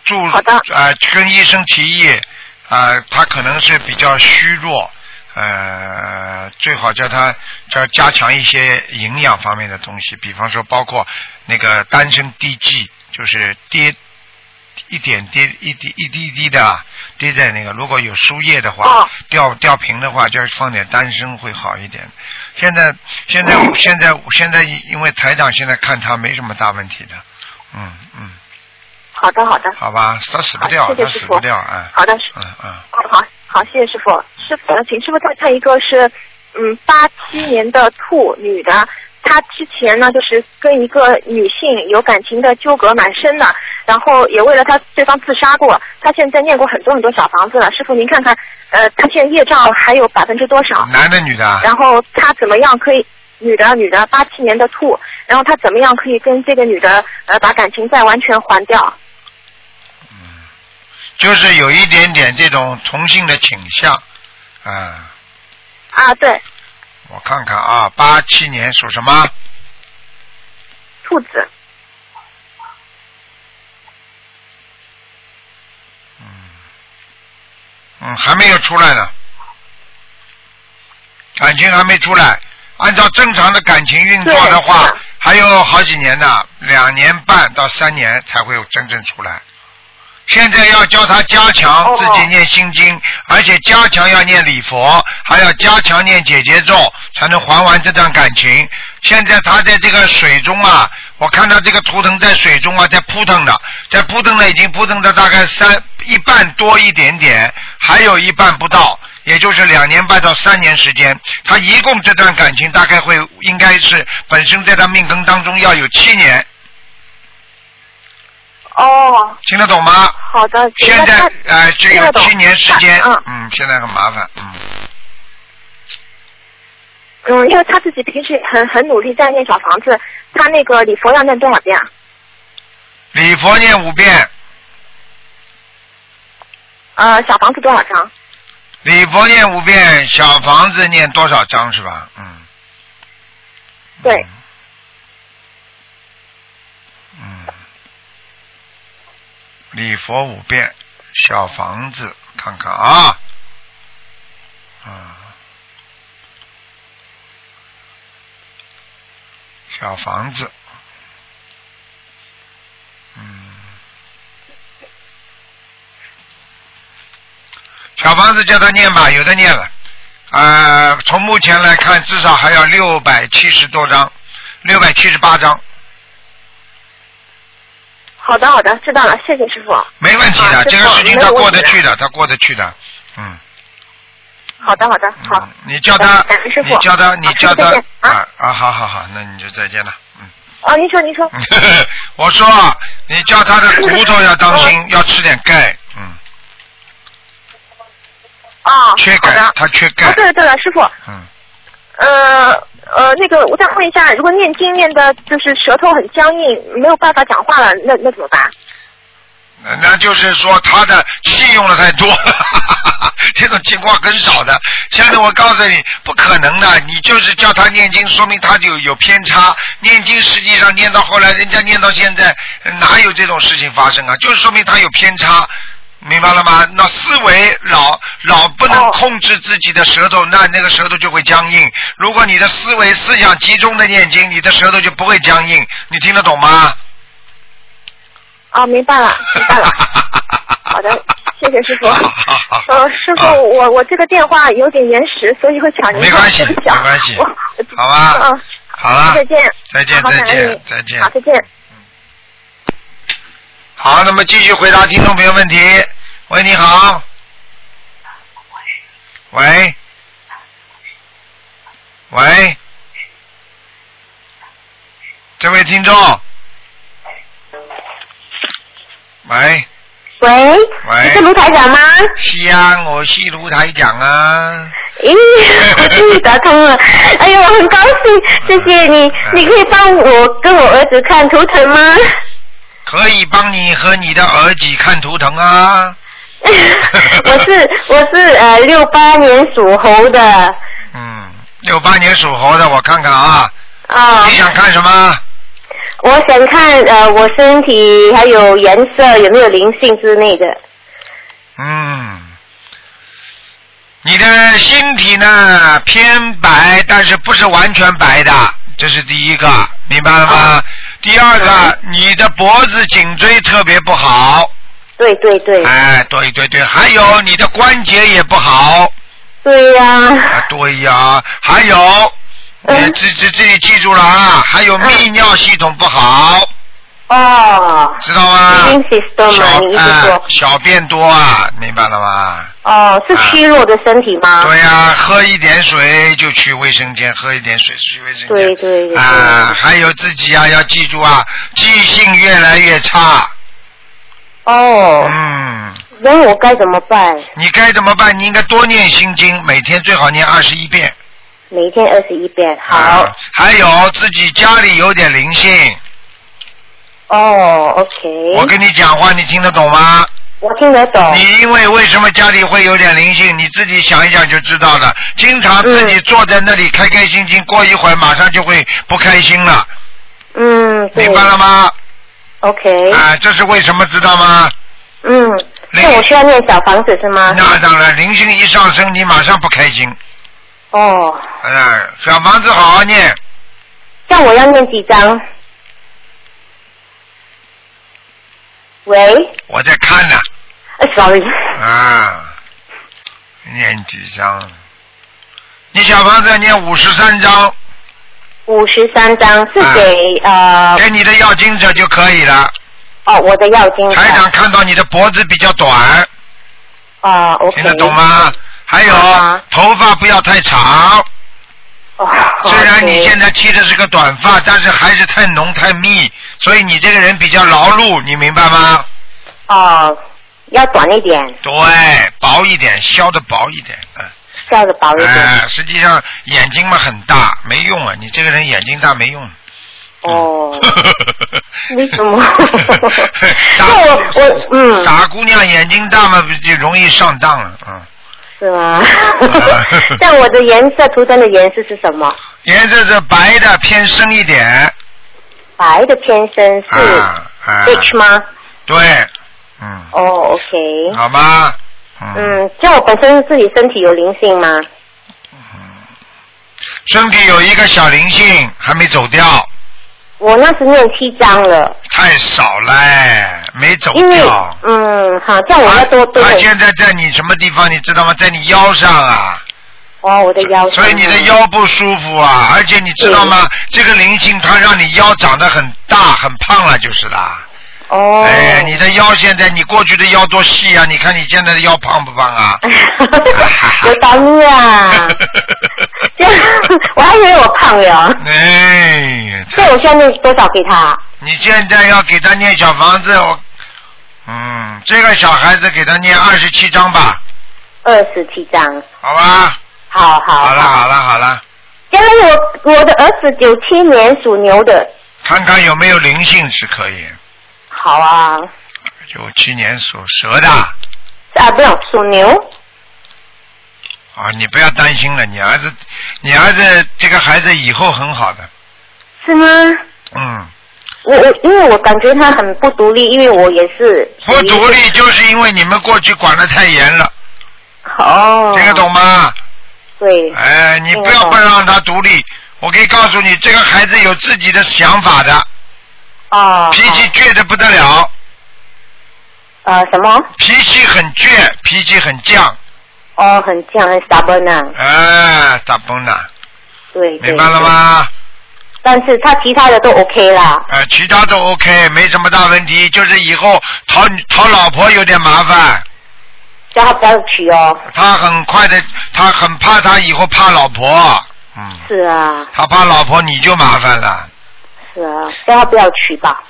S1: 住好的，呃，跟医生提议，啊、他可能是比较虚弱。呃，最好叫他叫加强一些营养方面的东西，比方说包括那个丹参滴剂，就是跌一点滴一滴一滴一滴的啊滴在那个，如果有输液的话，
S6: 哦
S1: 掉掉瓶的话，就放点丹参会好一点。现在现 在现在现在因为台长现在看他没什么大问题的，嗯嗯，
S6: 好的，好的，
S1: 好吧，他死不掉，
S6: 好谢谢
S1: 他
S6: 师
S1: 死
S6: 傅
S1: 不掉啊，
S6: 好的，
S1: 嗯嗯。
S6: 好，好，谢谢师傅。师傅，呃请师傅再看一个是，嗯，八七年的兔女的，她之前呢就是跟一个女性有感情的纠葛蛮深的，然后也为了她对方自杀过，她现在念过很多很多小房子了。师傅您看看，呃，她现在业障还有百分之多少？
S1: 男的女的啊？
S6: 然后她怎么样可以？女的，女的，八七年的兔，然后她怎么样可以跟这个女的呃把感情再完全还掉？
S1: 就是有一点点这种同性的倾向，啊，
S6: 啊，对，
S1: 我看看啊，八七年属什么？
S6: 兔子。
S1: 嗯，还没有出来呢，感情还没出来。按照正常的感情运作的话，还有好几年呢，两年半到三年才会有真正出来。现在要教他加强自己念心经，而且加强要念礼佛，还要加强念姐姐咒，才能还完这段感情。现在他在这个水中啊，我看到这个图腾在水中啊，在扑腾的，在扑腾的已经扑腾到大概三一半多一点点，还有一半不到，也就是两年半到三年时间。他一共这段感情大概会应该是本身在他命根当中要有七年。
S3: 哦，
S1: 听得懂吗？
S3: 好的，
S1: 现在呃，只
S3: 听
S1: 有
S3: 得懂
S1: 七年时间
S3: 嗯，
S1: 嗯，现在很麻烦，嗯，
S3: 嗯，因为他自己平时很很努力在念小房子，他那个礼佛要念多少遍啊？
S1: 礼佛念五遍，
S3: 呃，小房子多少张？
S1: 礼佛念五遍，小房子念多少章是吧？嗯
S3: 对，
S1: 嗯，礼佛五遍，小房子看看啊，嗯，小房子，嗯，小房子叫他念吧，有的念了。呃，从目前来看，至少还要六百七十多张，六百七十八张，
S3: 好的好的，知道了，谢谢师傅。
S1: 没问题的，
S3: 啊
S1: 这个
S3: 师傅
S1: 事情
S3: 没
S1: 他
S3: 有问
S1: 过得
S3: 题的
S1: 去的，他过得去的。嗯，
S3: 好的好的，好。
S1: 你叫他
S3: 感恩师，傅
S1: 你叫他，
S3: 啊
S1: 你叫他
S3: 师傅再见
S1: 啊啊，好好好，那你就再见了。
S3: 哦，您说您说，
S1: 我说啊，你叫他的骨头要当 心，要吃点钙，嗯，
S3: 哦，
S1: 缺
S3: 好的
S1: 钙，他缺
S3: 哦
S1: 钙，，
S3: 对了对了，师傅。
S1: 嗯。
S3: 呃呃，那个，我想问一下，如果念经念的就是舌头很僵硬，没有办法讲话了，那那怎么办？
S1: 呃那就是说他的气用的太多了， 这种情况很少的。现在我告诉你，不可能的。你就是叫他念经，说明他就有偏差。念经实际上念到后来，人家念到现在，呃哪有这种事情发生啊？就是说明他有偏差。明白了吗？那思维老老不能控制自己的舌头，那那个舌头就会僵硬。如果你的思维思想集中的念经，你的舌头就不会僵硬。你听得懂吗？
S3: 哦，明白了，明白了。好的，谢谢师傅。呃，师傅，我我这个电话有点延时，所以会抢您
S1: 没关系，
S3: 对不
S1: 没
S3: 起啊
S1: 关系
S3: 我，
S1: 好吧，
S3: 嗯，
S1: 好了，
S3: 再见，
S1: 再见，
S3: 好
S1: 再
S3: 感恩
S1: 见
S3: 你，
S1: 再见
S3: 好，。再见。
S1: 好，那么继续回答听众朋友问题。喂，你好。喂。喂。这位听众。喂。
S5: 喂，
S1: 喂
S5: 你是卢台长吗？
S1: 是啊，我是卢台长啊。
S5: 咦， 我终于打通了，哎呀，我很高兴，谢谢你。
S1: 哎
S5: 你可以帮我跟我儿子看图腾吗？
S1: 可以帮你和你的儿子看图腾啊。
S5: 我是我是呃六八年属猴的
S1: 嗯六八年属猴的，我看看啊。
S5: 啊、
S1: 你想看什么？
S5: 我想看呃我身体还有颜色有没有灵性之类的。
S1: 嗯，你的心体呢偏白，但是不是完全白的，这是第一个，明白了
S5: 啊
S1: 吗？第二个，
S5: 嗯
S1: 你的脖子、颈椎特别不好。
S5: 对对对。
S1: 哎，对对对，还有你的关节也不好。
S5: 对呀、
S1: 啊，对呀、还有，
S5: 嗯
S1: 你自自自己记住了啊，还有泌尿系统不好。
S5: 哦。
S1: 知道吗？
S5: 已经 system
S1: 小
S5: 了，你一直说。
S1: 啊小便多啊，明白了吗？
S5: 哦，是
S1: 啊
S5: 虚弱的身体吗？
S1: 对呀、喝一点水就去卫生间，喝一点水去卫生间。
S5: 对对对。
S1: 啊，还有自己啊，要记住啊，记性越来越差。
S5: 哦。
S1: 嗯。
S5: 那我该怎么办？
S1: 你该怎么办？你应该多念心经，每天最好念二十一遍。
S5: 每天二十一遍，好。
S1: 啊，还有自己家里有点灵性，
S5: 哦，OK。
S1: 我跟你讲话，你听得懂吗？
S5: 我听得懂。
S1: 你因为为什么家里会有点灵性？你自己想一想就知道了。经常自
S5: 嗯
S1: 己坐在那里开开心心，过一会儿马上就会不开心了，
S5: 嗯，对
S1: 明白了吗？
S5: ？OK。
S1: 啊啊，这是为什么知道吗？
S5: 嗯，
S1: 灵
S5: 我需要念小房子是吗？
S1: 那当然，灵性一上升，你马上不开心。
S5: 哦，
S1: 嗯，小房子好好念，
S5: 像我要念几张？喂，
S1: 我在看呢。
S5: 呃，sorry，
S1: 啊，念几张？你小房子要念五十三张，
S5: 五十三张
S1: 啊
S5: 是给、呃
S1: 给你的要经者就可以了。
S5: 哦，我的药精
S1: 台长看到你的脖子比较短，
S5: 啊，OK，
S1: 听得懂吗？还有、头发不要太长。
S5: 哦
S1: 虽然你现在剃的是个短发，但是还是太浓太密，所以你这个人比较劳碌，你明白吗？
S5: 哦，要短一点，
S1: 对，薄一点，削的薄一点，嗯。
S5: 笑的薄一点。
S1: 哎，实际上眼睛嘛很大，没用啊！你这个人眼睛大没用。
S5: 哦， 为什么？那我我嗯，
S1: 傻姑娘眼睛大嘛，不就容易上当了，嗯。
S5: 是吗？但我的颜色，图腾的颜色是什么？
S1: 颜色是白的偏深一点，
S5: 白的偏深是
S1: 啊啊，
S5: H 吗？
S1: 对，嗯
S5: 哦，OK。
S1: 好吗？
S5: 嗯，像我本身自己身体有灵性吗？
S1: 身体有一个小灵性还没走掉，
S5: 我那时念七张了，
S1: 太少嘞，没走
S5: 因为
S1: 掉。
S5: 嗯，好像我要多对
S1: 他啊现在在你什么地方，你知道吗？在你腰上啊，
S5: 哦，我的腰上，
S1: 所以你的腰不舒服啊，而且你知道吗？这个灵性它让你腰长得很大很胖了，就是啦。
S5: 哦，
S1: 哎，你的腰现在，你过去的腰多细啊！你看你现在的腰胖不胖 啊？
S5: 有导入 啊，这样我还以为我胖了，
S1: 哎，
S5: 所以我需要念多少给他？
S1: 你现在要给他念小房子，我，嗯，这个小孩子给他念二十七章吧，
S5: 二十七张，
S1: 好吧？
S5: 好好。
S1: 好了，好了，好了，
S5: 因为我我的儿子九七年属牛的，
S1: 看看有没有灵性是可以。
S5: 好啊，
S1: 九七年属蛇的
S5: 啊不用属牛，
S1: 啊，你不要担心了，你儿子，你儿子这个孩子以后很好的，
S5: 是吗？
S1: 嗯。
S5: 我我因为我感觉他很不独立，因为我也是
S1: 不独立就是因为你们过去管得太严了。
S5: 哦。
S1: 听得懂吗？
S5: 对。
S1: 哎，你不要不让他独立，我可以告诉你，这个孩子有自己的想法的。
S5: 哦。
S1: 脾气倔得不得了。
S5: 呃什么？
S1: 脾气很倔，脾气很犟，
S5: 哦很犟很 stubborn 啊，
S1: 哎，打崩了，
S5: 对对。
S1: 明白了吗？
S5: 但是他其他的都 OK 啦，
S1: 呃，其他都 OK，没什么大问题，就是以后讨讨老婆有点麻烦。
S5: 叫他不要娶哦。
S1: 他很快的，他很怕他以后怕老婆，嗯
S5: 是啊
S1: 他怕老婆你就麻烦了。
S5: 是啊，叫他不要娶吧。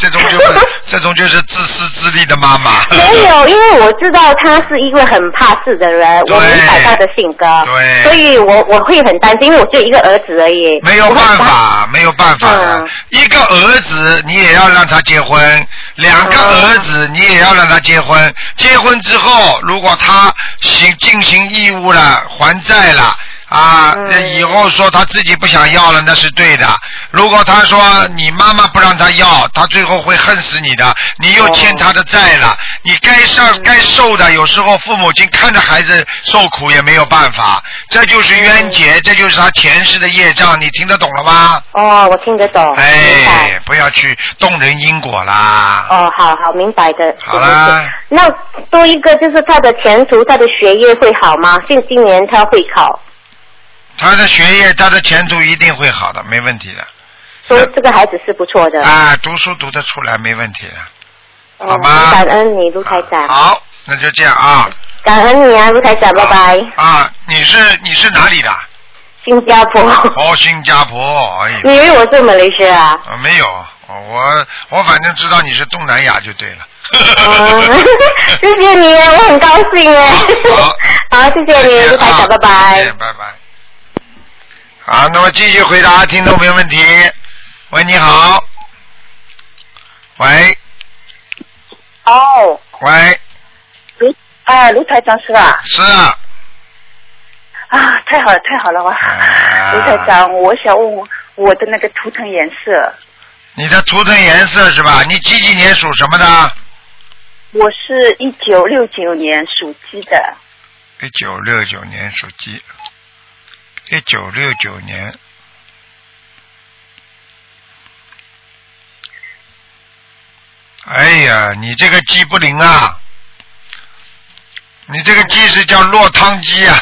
S1: 这种就是 这种就是自私自利的妈妈。
S5: 没有，因为我知道他是一个很怕事的人，我明白他的性格，
S1: 对
S5: 所以我我会很担心，因为我只有一个儿子而已。
S1: 没有办法，没有办法
S5: 嗯
S1: 的。一个儿子你也要让他结婚，两个儿子你也要让他结婚。结婚之后，如果他行进行义务了，还债了。啊，那以后说他自己不想要了，那是对的。如果他说你妈妈不让他要，他最后会恨死你的。你又欠他的债了，你该上该受的，有时候父母亲看着孩子受苦也没有办法，这就是冤结，这就是他前世的业障。你听得懂了吗？
S5: 哦，我听得懂。明白
S1: 哎，不要去动人因果啦。
S5: 哦，好好明白的。
S1: 好啦，
S5: 那多一个就是他的前途，他的学业会好吗？现今年他会考，
S1: 他的学业，他的前途一定会好的，没问题的。
S5: 说这个孩子是不错的。
S1: 啊，读书读得出来，没问题的。啊
S5: 哦，好吧。感恩你，卢台长。
S1: 好，那就这样啊。
S5: 感恩你啊，卢台长，拜拜。
S1: 啊，你是你是哪里的？
S5: 新加坡，
S1: 哦，新加坡，哎
S5: 你以
S1: 呦，
S5: 为我是马来西亚？
S1: 啊没有，哦我我反正知道你是东南亚就对了。
S5: 嗯， 谢谢你，我很高兴哎。 好，谢谢你，卢台长，拜拜。
S1: 哎拜拜。好，那么继续回答听众朋友问题。喂，你好。喂
S3: 哦，
S1: 喂，
S3: 卢啊，卢台长是吧？
S1: 是啊，
S3: 啊，太好了，太好了哇！卢台长，我想问我我的那个图腾颜色，
S1: 你的图腾颜色是吧？你几几年属什么的？
S8: 我是一九六九年属鸡的，
S1: 一九六九年属鸡，一九六九年，哎呀，你这个鸡不灵啊！你这个鸡是叫落汤鸡啊，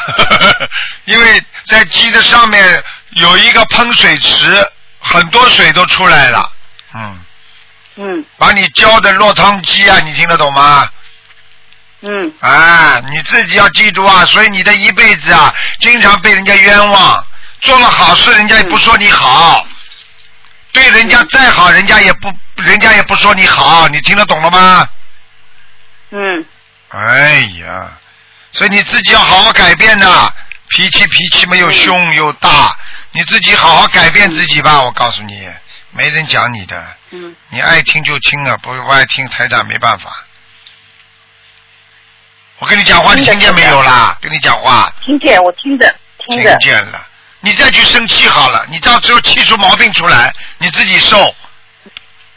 S1: 因为在鸡的上面有一个喷水池，很多水都出来了，嗯，
S8: 嗯
S1: 把你浇的落汤鸡啊，你听得懂吗？
S8: 嗯，
S1: 啊，你自己要记住啊，所以你的一辈子啊，经常被人家冤枉，做了好事人家也
S8: 嗯
S1: 不说你好，对人家再好人家也不人家也不说你好，你听得懂了吗？
S8: 嗯
S1: 哎呀，所以你自己要好好改变呐，脾气脾气没有凶
S8: 嗯
S1: 又大，你自己好好改变自己吧，我告诉你，没人讲你的，
S8: 嗯
S1: 你爱听就听啊，不爱听台长没办法。我跟你讲话，你听见没有啦？跟你讲话，
S8: 听见我听的听
S1: 听
S8: 的，
S1: 见了。你再去生气好了，你到时候气出毛病出来，你自己受。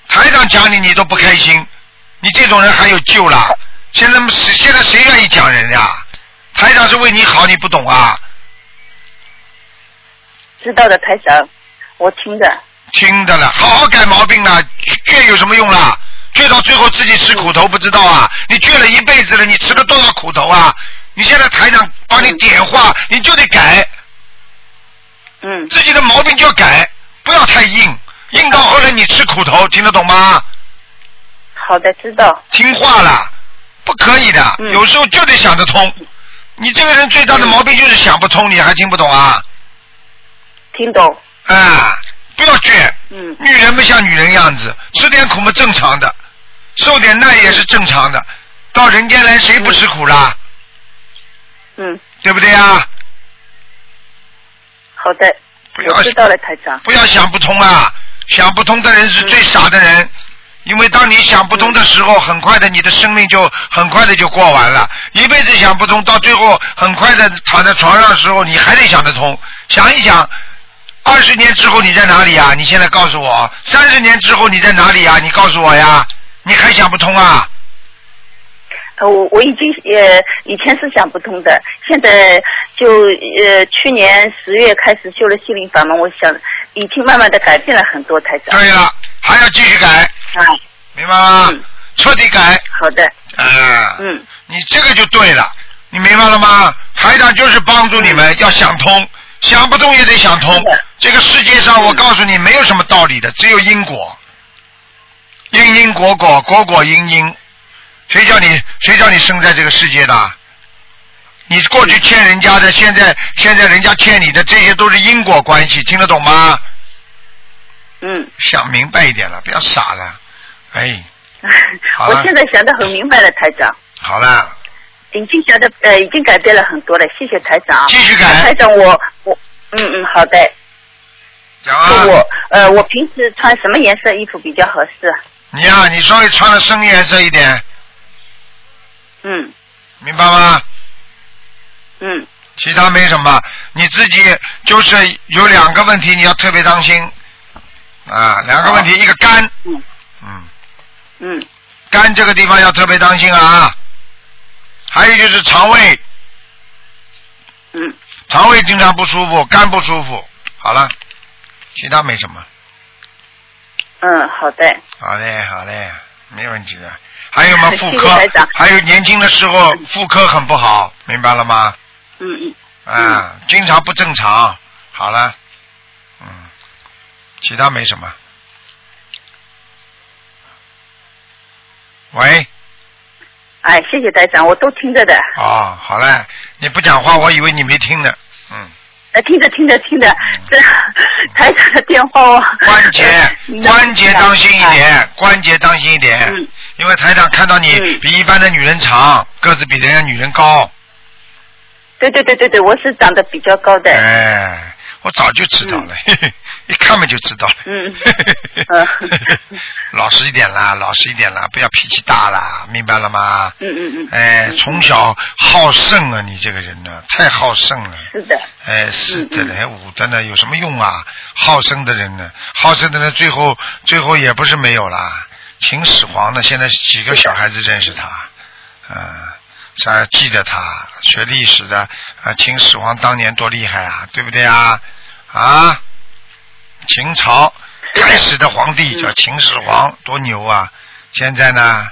S1: 台长讲你，你都不开心，你这种人还有救啦？现在现在谁愿意讲人呀、台长是为你好，你不懂啊？
S8: 知道的台长，我听的，
S1: 听的了，好好改毛病了，倔有什么用啦？倔到最后自己吃苦头不知道啊！你倔了一辈子了，你吃了多少苦头啊？你现在台长帮你点化，你就得改。
S8: 嗯。
S1: 自己的毛病就要改，不要太硬，硬到后来你吃苦头，听得懂吗？
S8: 好的，知道。嗯
S1: 听话了，不可以的，有时候就得想得通。你这个人最大的毛病就是想不通，你还听不懂啊？
S8: 听懂。
S1: 啊，不要倔。
S8: 嗯。
S1: 女人们像女人样子，吃点苦嘛正常的，受点难也是正常的。到人间来谁不吃苦啦？
S8: 嗯，
S1: 对不对啊？
S8: 好的，
S1: 不要
S8: 我知道了台长。
S1: 不要想不通啊！想不通的人是最傻的
S8: 嗯
S1: 人，因为当你想不通的时候，很快的你的生命就很快的就过完了，一辈子想不通，到最后很快的躺在床上的时候，你还得想得通。想一想，二十年之后你在哪里啊？你现在告诉我，三十年之后你在哪里啊？你告诉我呀，你还想不通啊？
S8: 呃，我我已经呃以前是想不通的，现在就呃去年十月开始修了心灵法门，我想已经慢慢的改变了很多台长。
S1: 对了，还要继续改，
S8: 啊，
S1: 明白吗？彻底改。
S8: 好的。
S1: 啊。
S8: 嗯。
S1: 你这个就对了，你明白了吗？台长就是帮助你们要想通，想不通也得想通。这个世界上，我告诉你，没有什么道理的，只有因果。因因果果，果果因因。谁叫你谁叫你生在这个世界的？你过去欠人家的，现在现在人家欠你的，这些都是因果关系，听得懂吗？
S8: 嗯。
S1: 想明白一点了，不要傻了。哎，好
S8: 我
S1: 了
S8: 现在想的很明白了，台长，
S1: 好了，
S8: 已经想的呃已经改变了很多了，谢谢台长。
S1: 继续改。
S5: 哎
S8: 台长，我我嗯嗯好的。
S1: 讲
S8: 啊。我呃我平时穿什么颜色衣服比较合适？啊
S1: 你呀、你稍微穿的深颜色一点，
S8: 嗯
S1: 明白吗？
S8: 嗯。
S1: 其他没什么，你自己就是有两个问题，你要特别当心啊，两个问题，一个肝，
S8: 嗯
S1: 肝这个地方要特别当心啊，还有就是肠胃，
S8: 嗯，
S1: 肠胃经常不舒服，肝不舒服。好了，其他没什么，
S8: 嗯好的。
S1: 好嘞，好嘞，没问题的。还有嘛，妇
S8: 谢谢
S1: 科
S8: 台长，
S1: 还有年轻的时候妇科很不好，明白了吗？
S8: 嗯嗯
S1: 啊，经常不正常。好了，嗯，其他没什么。喂，
S8: 哎谢谢台长，我都听着的。
S1: 哦，好嘞，你不讲话，我以为你没听呢。嗯，
S8: 呃，听着听着听着，这台长的电话哦。
S1: 关节 关节当心一点，关节当心一点，
S8: 嗯
S1: 因为台长看到你比一般的女人长，个子比人家女人高。
S8: 对对对对对，我是长得比较高的。
S1: 哎，我早就知道了，嘿嘿， 一看嘛就知道了。
S8: 嗯
S1: 老实一点啦，老实一点啦，不要脾气大啦，明白了吗？
S8: 嗯嗯嗯。
S1: 哎，从小好胜啊，你这个人呢、太好胜了。
S8: 是的。
S1: 哎，四的嘞，五的呢，有什么用啊？好胜的人呢，好胜的人最后最后也不是没有啦，秦始皇呢，现在几个小孩子认识他，啊，啥记得他，学历史的啊，秦始皇当年多厉害啊，对不对啊？啊，秦朝开始的皇帝叫秦始皇，多牛啊！现在呢，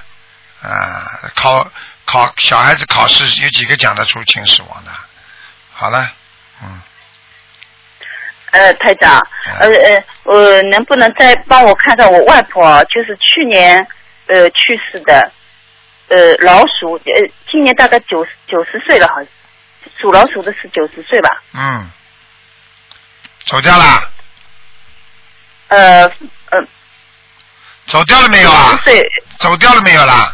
S1: 啊，考考小孩子考试有几个讲得出秦始皇的？好了，嗯，
S5: 呃，台长，呃呃，我能不能再帮我看看我外婆，啊就是去年呃去世的，呃老鼠，呃今年大概九十九十岁了，好像属老鼠的是九十岁吧？
S1: 嗯，走掉啦，
S5: 呃呃，
S1: 走掉了没有啊？
S5: 对，
S1: 走掉了没有啦？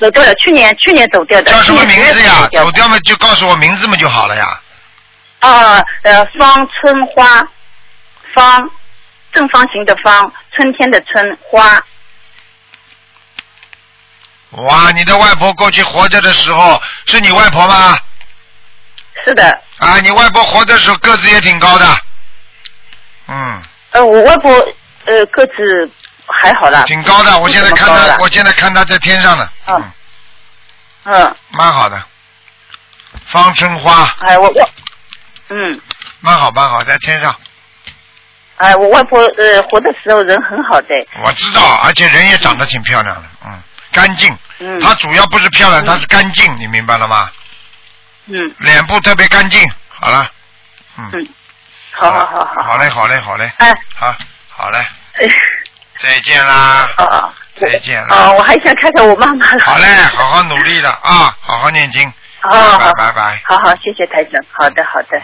S5: 走掉了，去年去年走掉的。
S1: 叫什么
S5: 去年
S1: 名字
S5: 十月
S1: 呀？
S5: 份
S1: 走掉嘛就告诉我名字嘛就好了呀。
S5: 啊，呃，方春花，方，正方形的方，春天的春，花，
S1: 哇，你的外婆过去活着的时候是你外婆吗？
S5: 是的。
S1: 啊，你外婆活着的时候个子也挺高的。嗯，
S5: 呃，我外婆呃个子还好啦，
S1: 嗯挺高的。我现在看
S5: 不怎么高
S1: 她，
S5: 啦
S1: 我现在看她在天上呢。嗯。
S5: 嗯。
S1: 蛮好的，方春花，
S5: 哎，我我，嗯，
S1: 蛮好蛮好，在天上。
S5: 哎，我外婆呃活的时候人很好的，
S1: 我知道，而且人也长得挺漂亮的，嗯，干净。
S5: 嗯
S1: 她主要不是漂亮，她是干净，你明白了吗？
S5: 嗯。
S1: 脸部特别干净。好了，
S5: 嗯，好好好好，
S1: 好嘞，好嘞，好嘞。
S5: 哎，
S1: 好，好嘞，
S5: 哎啊
S1: 再见啦。再见啦。
S5: 啊，我还想看看我妈妈。
S1: 好嘞，好好努力了啊，好好念经。
S5: 哦
S1: 拜拜拜拜。
S5: 好好，谢谢台长，好的好的，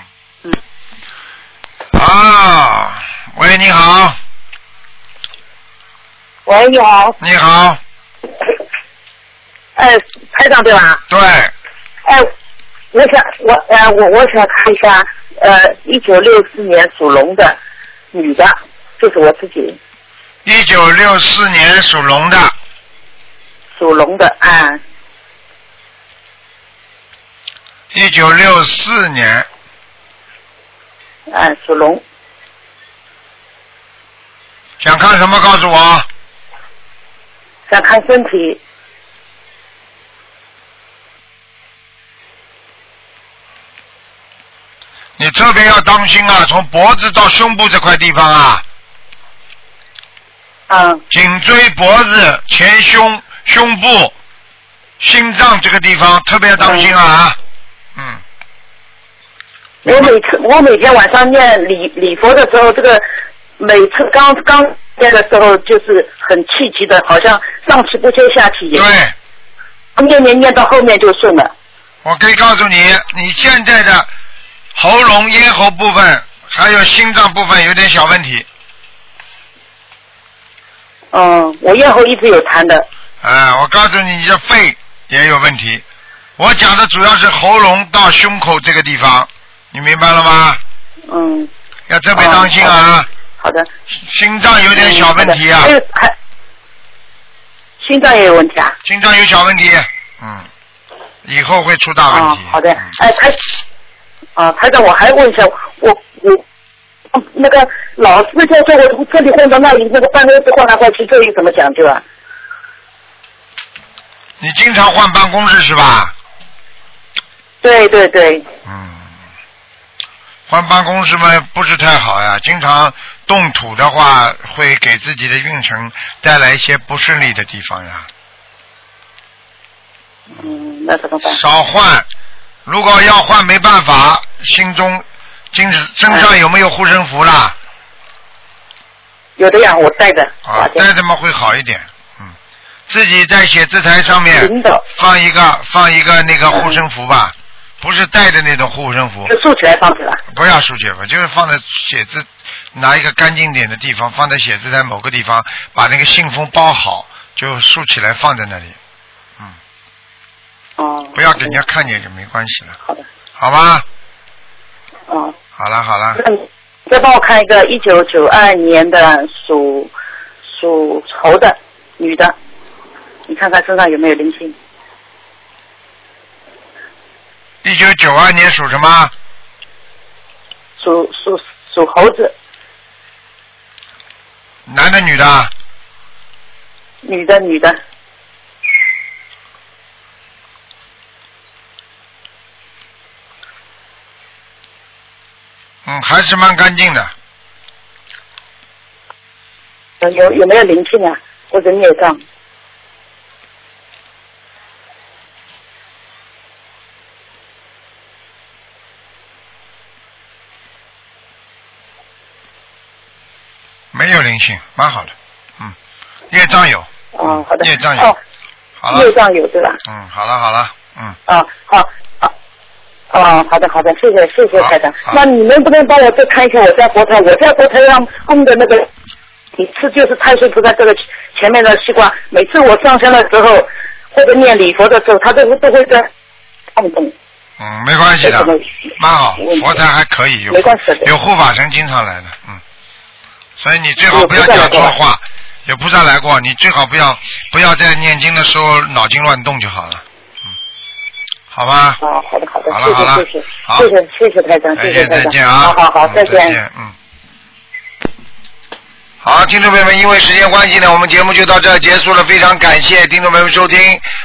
S1: 啊，喂，你好，
S6: 喂，你好。
S1: 你好。
S6: 哎，台长对吧？
S1: 对，
S5: 呃
S6: 哎，我想我呃我我想看一下呃一九六四年属龙的女的，就是我自己
S1: 一九六四年属龙的，
S6: 属龙的啊、
S1: 一九六四年，
S6: 嗯，属龙。
S1: 想看什么告诉我。
S6: 想看身体。
S1: 你特别要当心啊，从脖子到胸部这块地方啊。
S6: 嗯。
S1: 颈椎、脖子、前胸、胸部、心脏这个地方特别要当心啊！
S6: 我每次我每天晚上念礼礼佛的时候，这个每次刚刚念的时候就是很气急的，好像上气不接下气一样。对。念念念到后面就顺了。
S1: 我可以告诉你，你现在的喉咙、咽喉部分还有心脏部分有点小问题，
S6: 嗯，我咽喉一直有痰的。
S1: 啊，我告诉你，你的肺也有问题。我讲的主要是喉咙到胸口这个地方，你明白了吗？
S6: 嗯。
S1: 要特别当心啊！
S6: 好的。
S1: 心脏有点小问题啊
S6: 嗯好的还有还心脏也有问题啊。
S1: 心脏有小问题，嗯，以后会出大问题。嗯
S6: 好的，哎，台，啊，台长，我还问一下，我我嗯那个老是在说我这里混到那里，那个办公室换来换去，这有什么讲究啊？
S1: 你经常换办公室是吧？嗯
S6: 对对对，
S1: 换办公室嘛不是太好呀，经常动土的话，会给自己的运程带来一些不顺利的地方呀。
S6: 嗯，那怎么办？
S1: 少换，如果要换没办法，心中精神身上有没有护身符啦？
S6: 有的呀，我带着。
S1: 啊，带他们会好一点，嗯，自己在写字台上面放一个放一个那个护身符吧，不是带的那种护身符，
S6: 就竖起来放起来。
S1: 不要书写吧，就是放在写字，拿一个干净点的地方，放在写字台某个地方，把那个信封包好，就竖起来放在那里，
S6: 哦，
S1: 不要给人家看见就没关系了。好吧，
S6: 哦，
S1: 好了好了，
S6: 那你再帮我看一个一九九二年的属属猴的女的，你看看身上有没有灵性？
S1: 一九九二年属什么？
S6: 属属属猴子，
S1: 男的女的？
S6: 女的，女的，
S1: 嗯，还是蛮干净的，
S6: 呃有有没有灵性啊？或者孽障？
S1: 没有灵性，蛮好的，嗯，业障有，
S6: 哦，好的，
S1: 业障有
S6: 哦，
S1: 好了
S6: 业，障有对吧？
S1: 嗯，好了好了，嗯，
S6: 啊，好，啊，哦，好的，好的，谢谢，谢谢台长。那你能不能帮我再看一下我家佛台？我家佛台上供的那个，每次就是太岁菩萨这个前面的西瓜，每次我上香的时候或者念礼佛的时候，它都会都会在晃动。
S1: 嗯，没关系的
S6: 没什么，
S1: 蛮好，佛台还可以，有
S6: 没关系的
S1: 有护法神经常来的，嗯，所以你最好不要讲错话，有菩萨来过，你最好不要不要在念经的时候脑筋乱动就好了，嗯，好吧，
S6: 啊，好的好的，
S1: 好了好了
S6: 谢谢
S1: 好
S6: 谢谢谢谢谢谢台长，
S1: 再
S6: 谢
S1: 见
S6: 谢台
S1: 再
S6: 长，
S1: 见啊，
S6: 好好好，
S1: 嗯
S6: 再
S1: 再见，嗯。好，听众朋友们，因为时间关系呢，我们节目就到这儿结束了。非常感谢听众朋友们收听。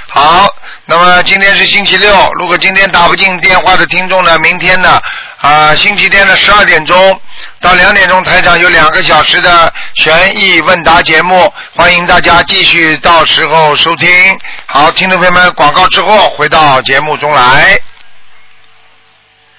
S1: 好，那么今天是星期六，如果今天打不进电话的听众呢，明天呢，啊、星期天的十二点钟到两点钟，台长有两个小时的悬疑问答节目，欢迎大家继续到时候收听。好，听众朋友们，广告之后回到节目中来。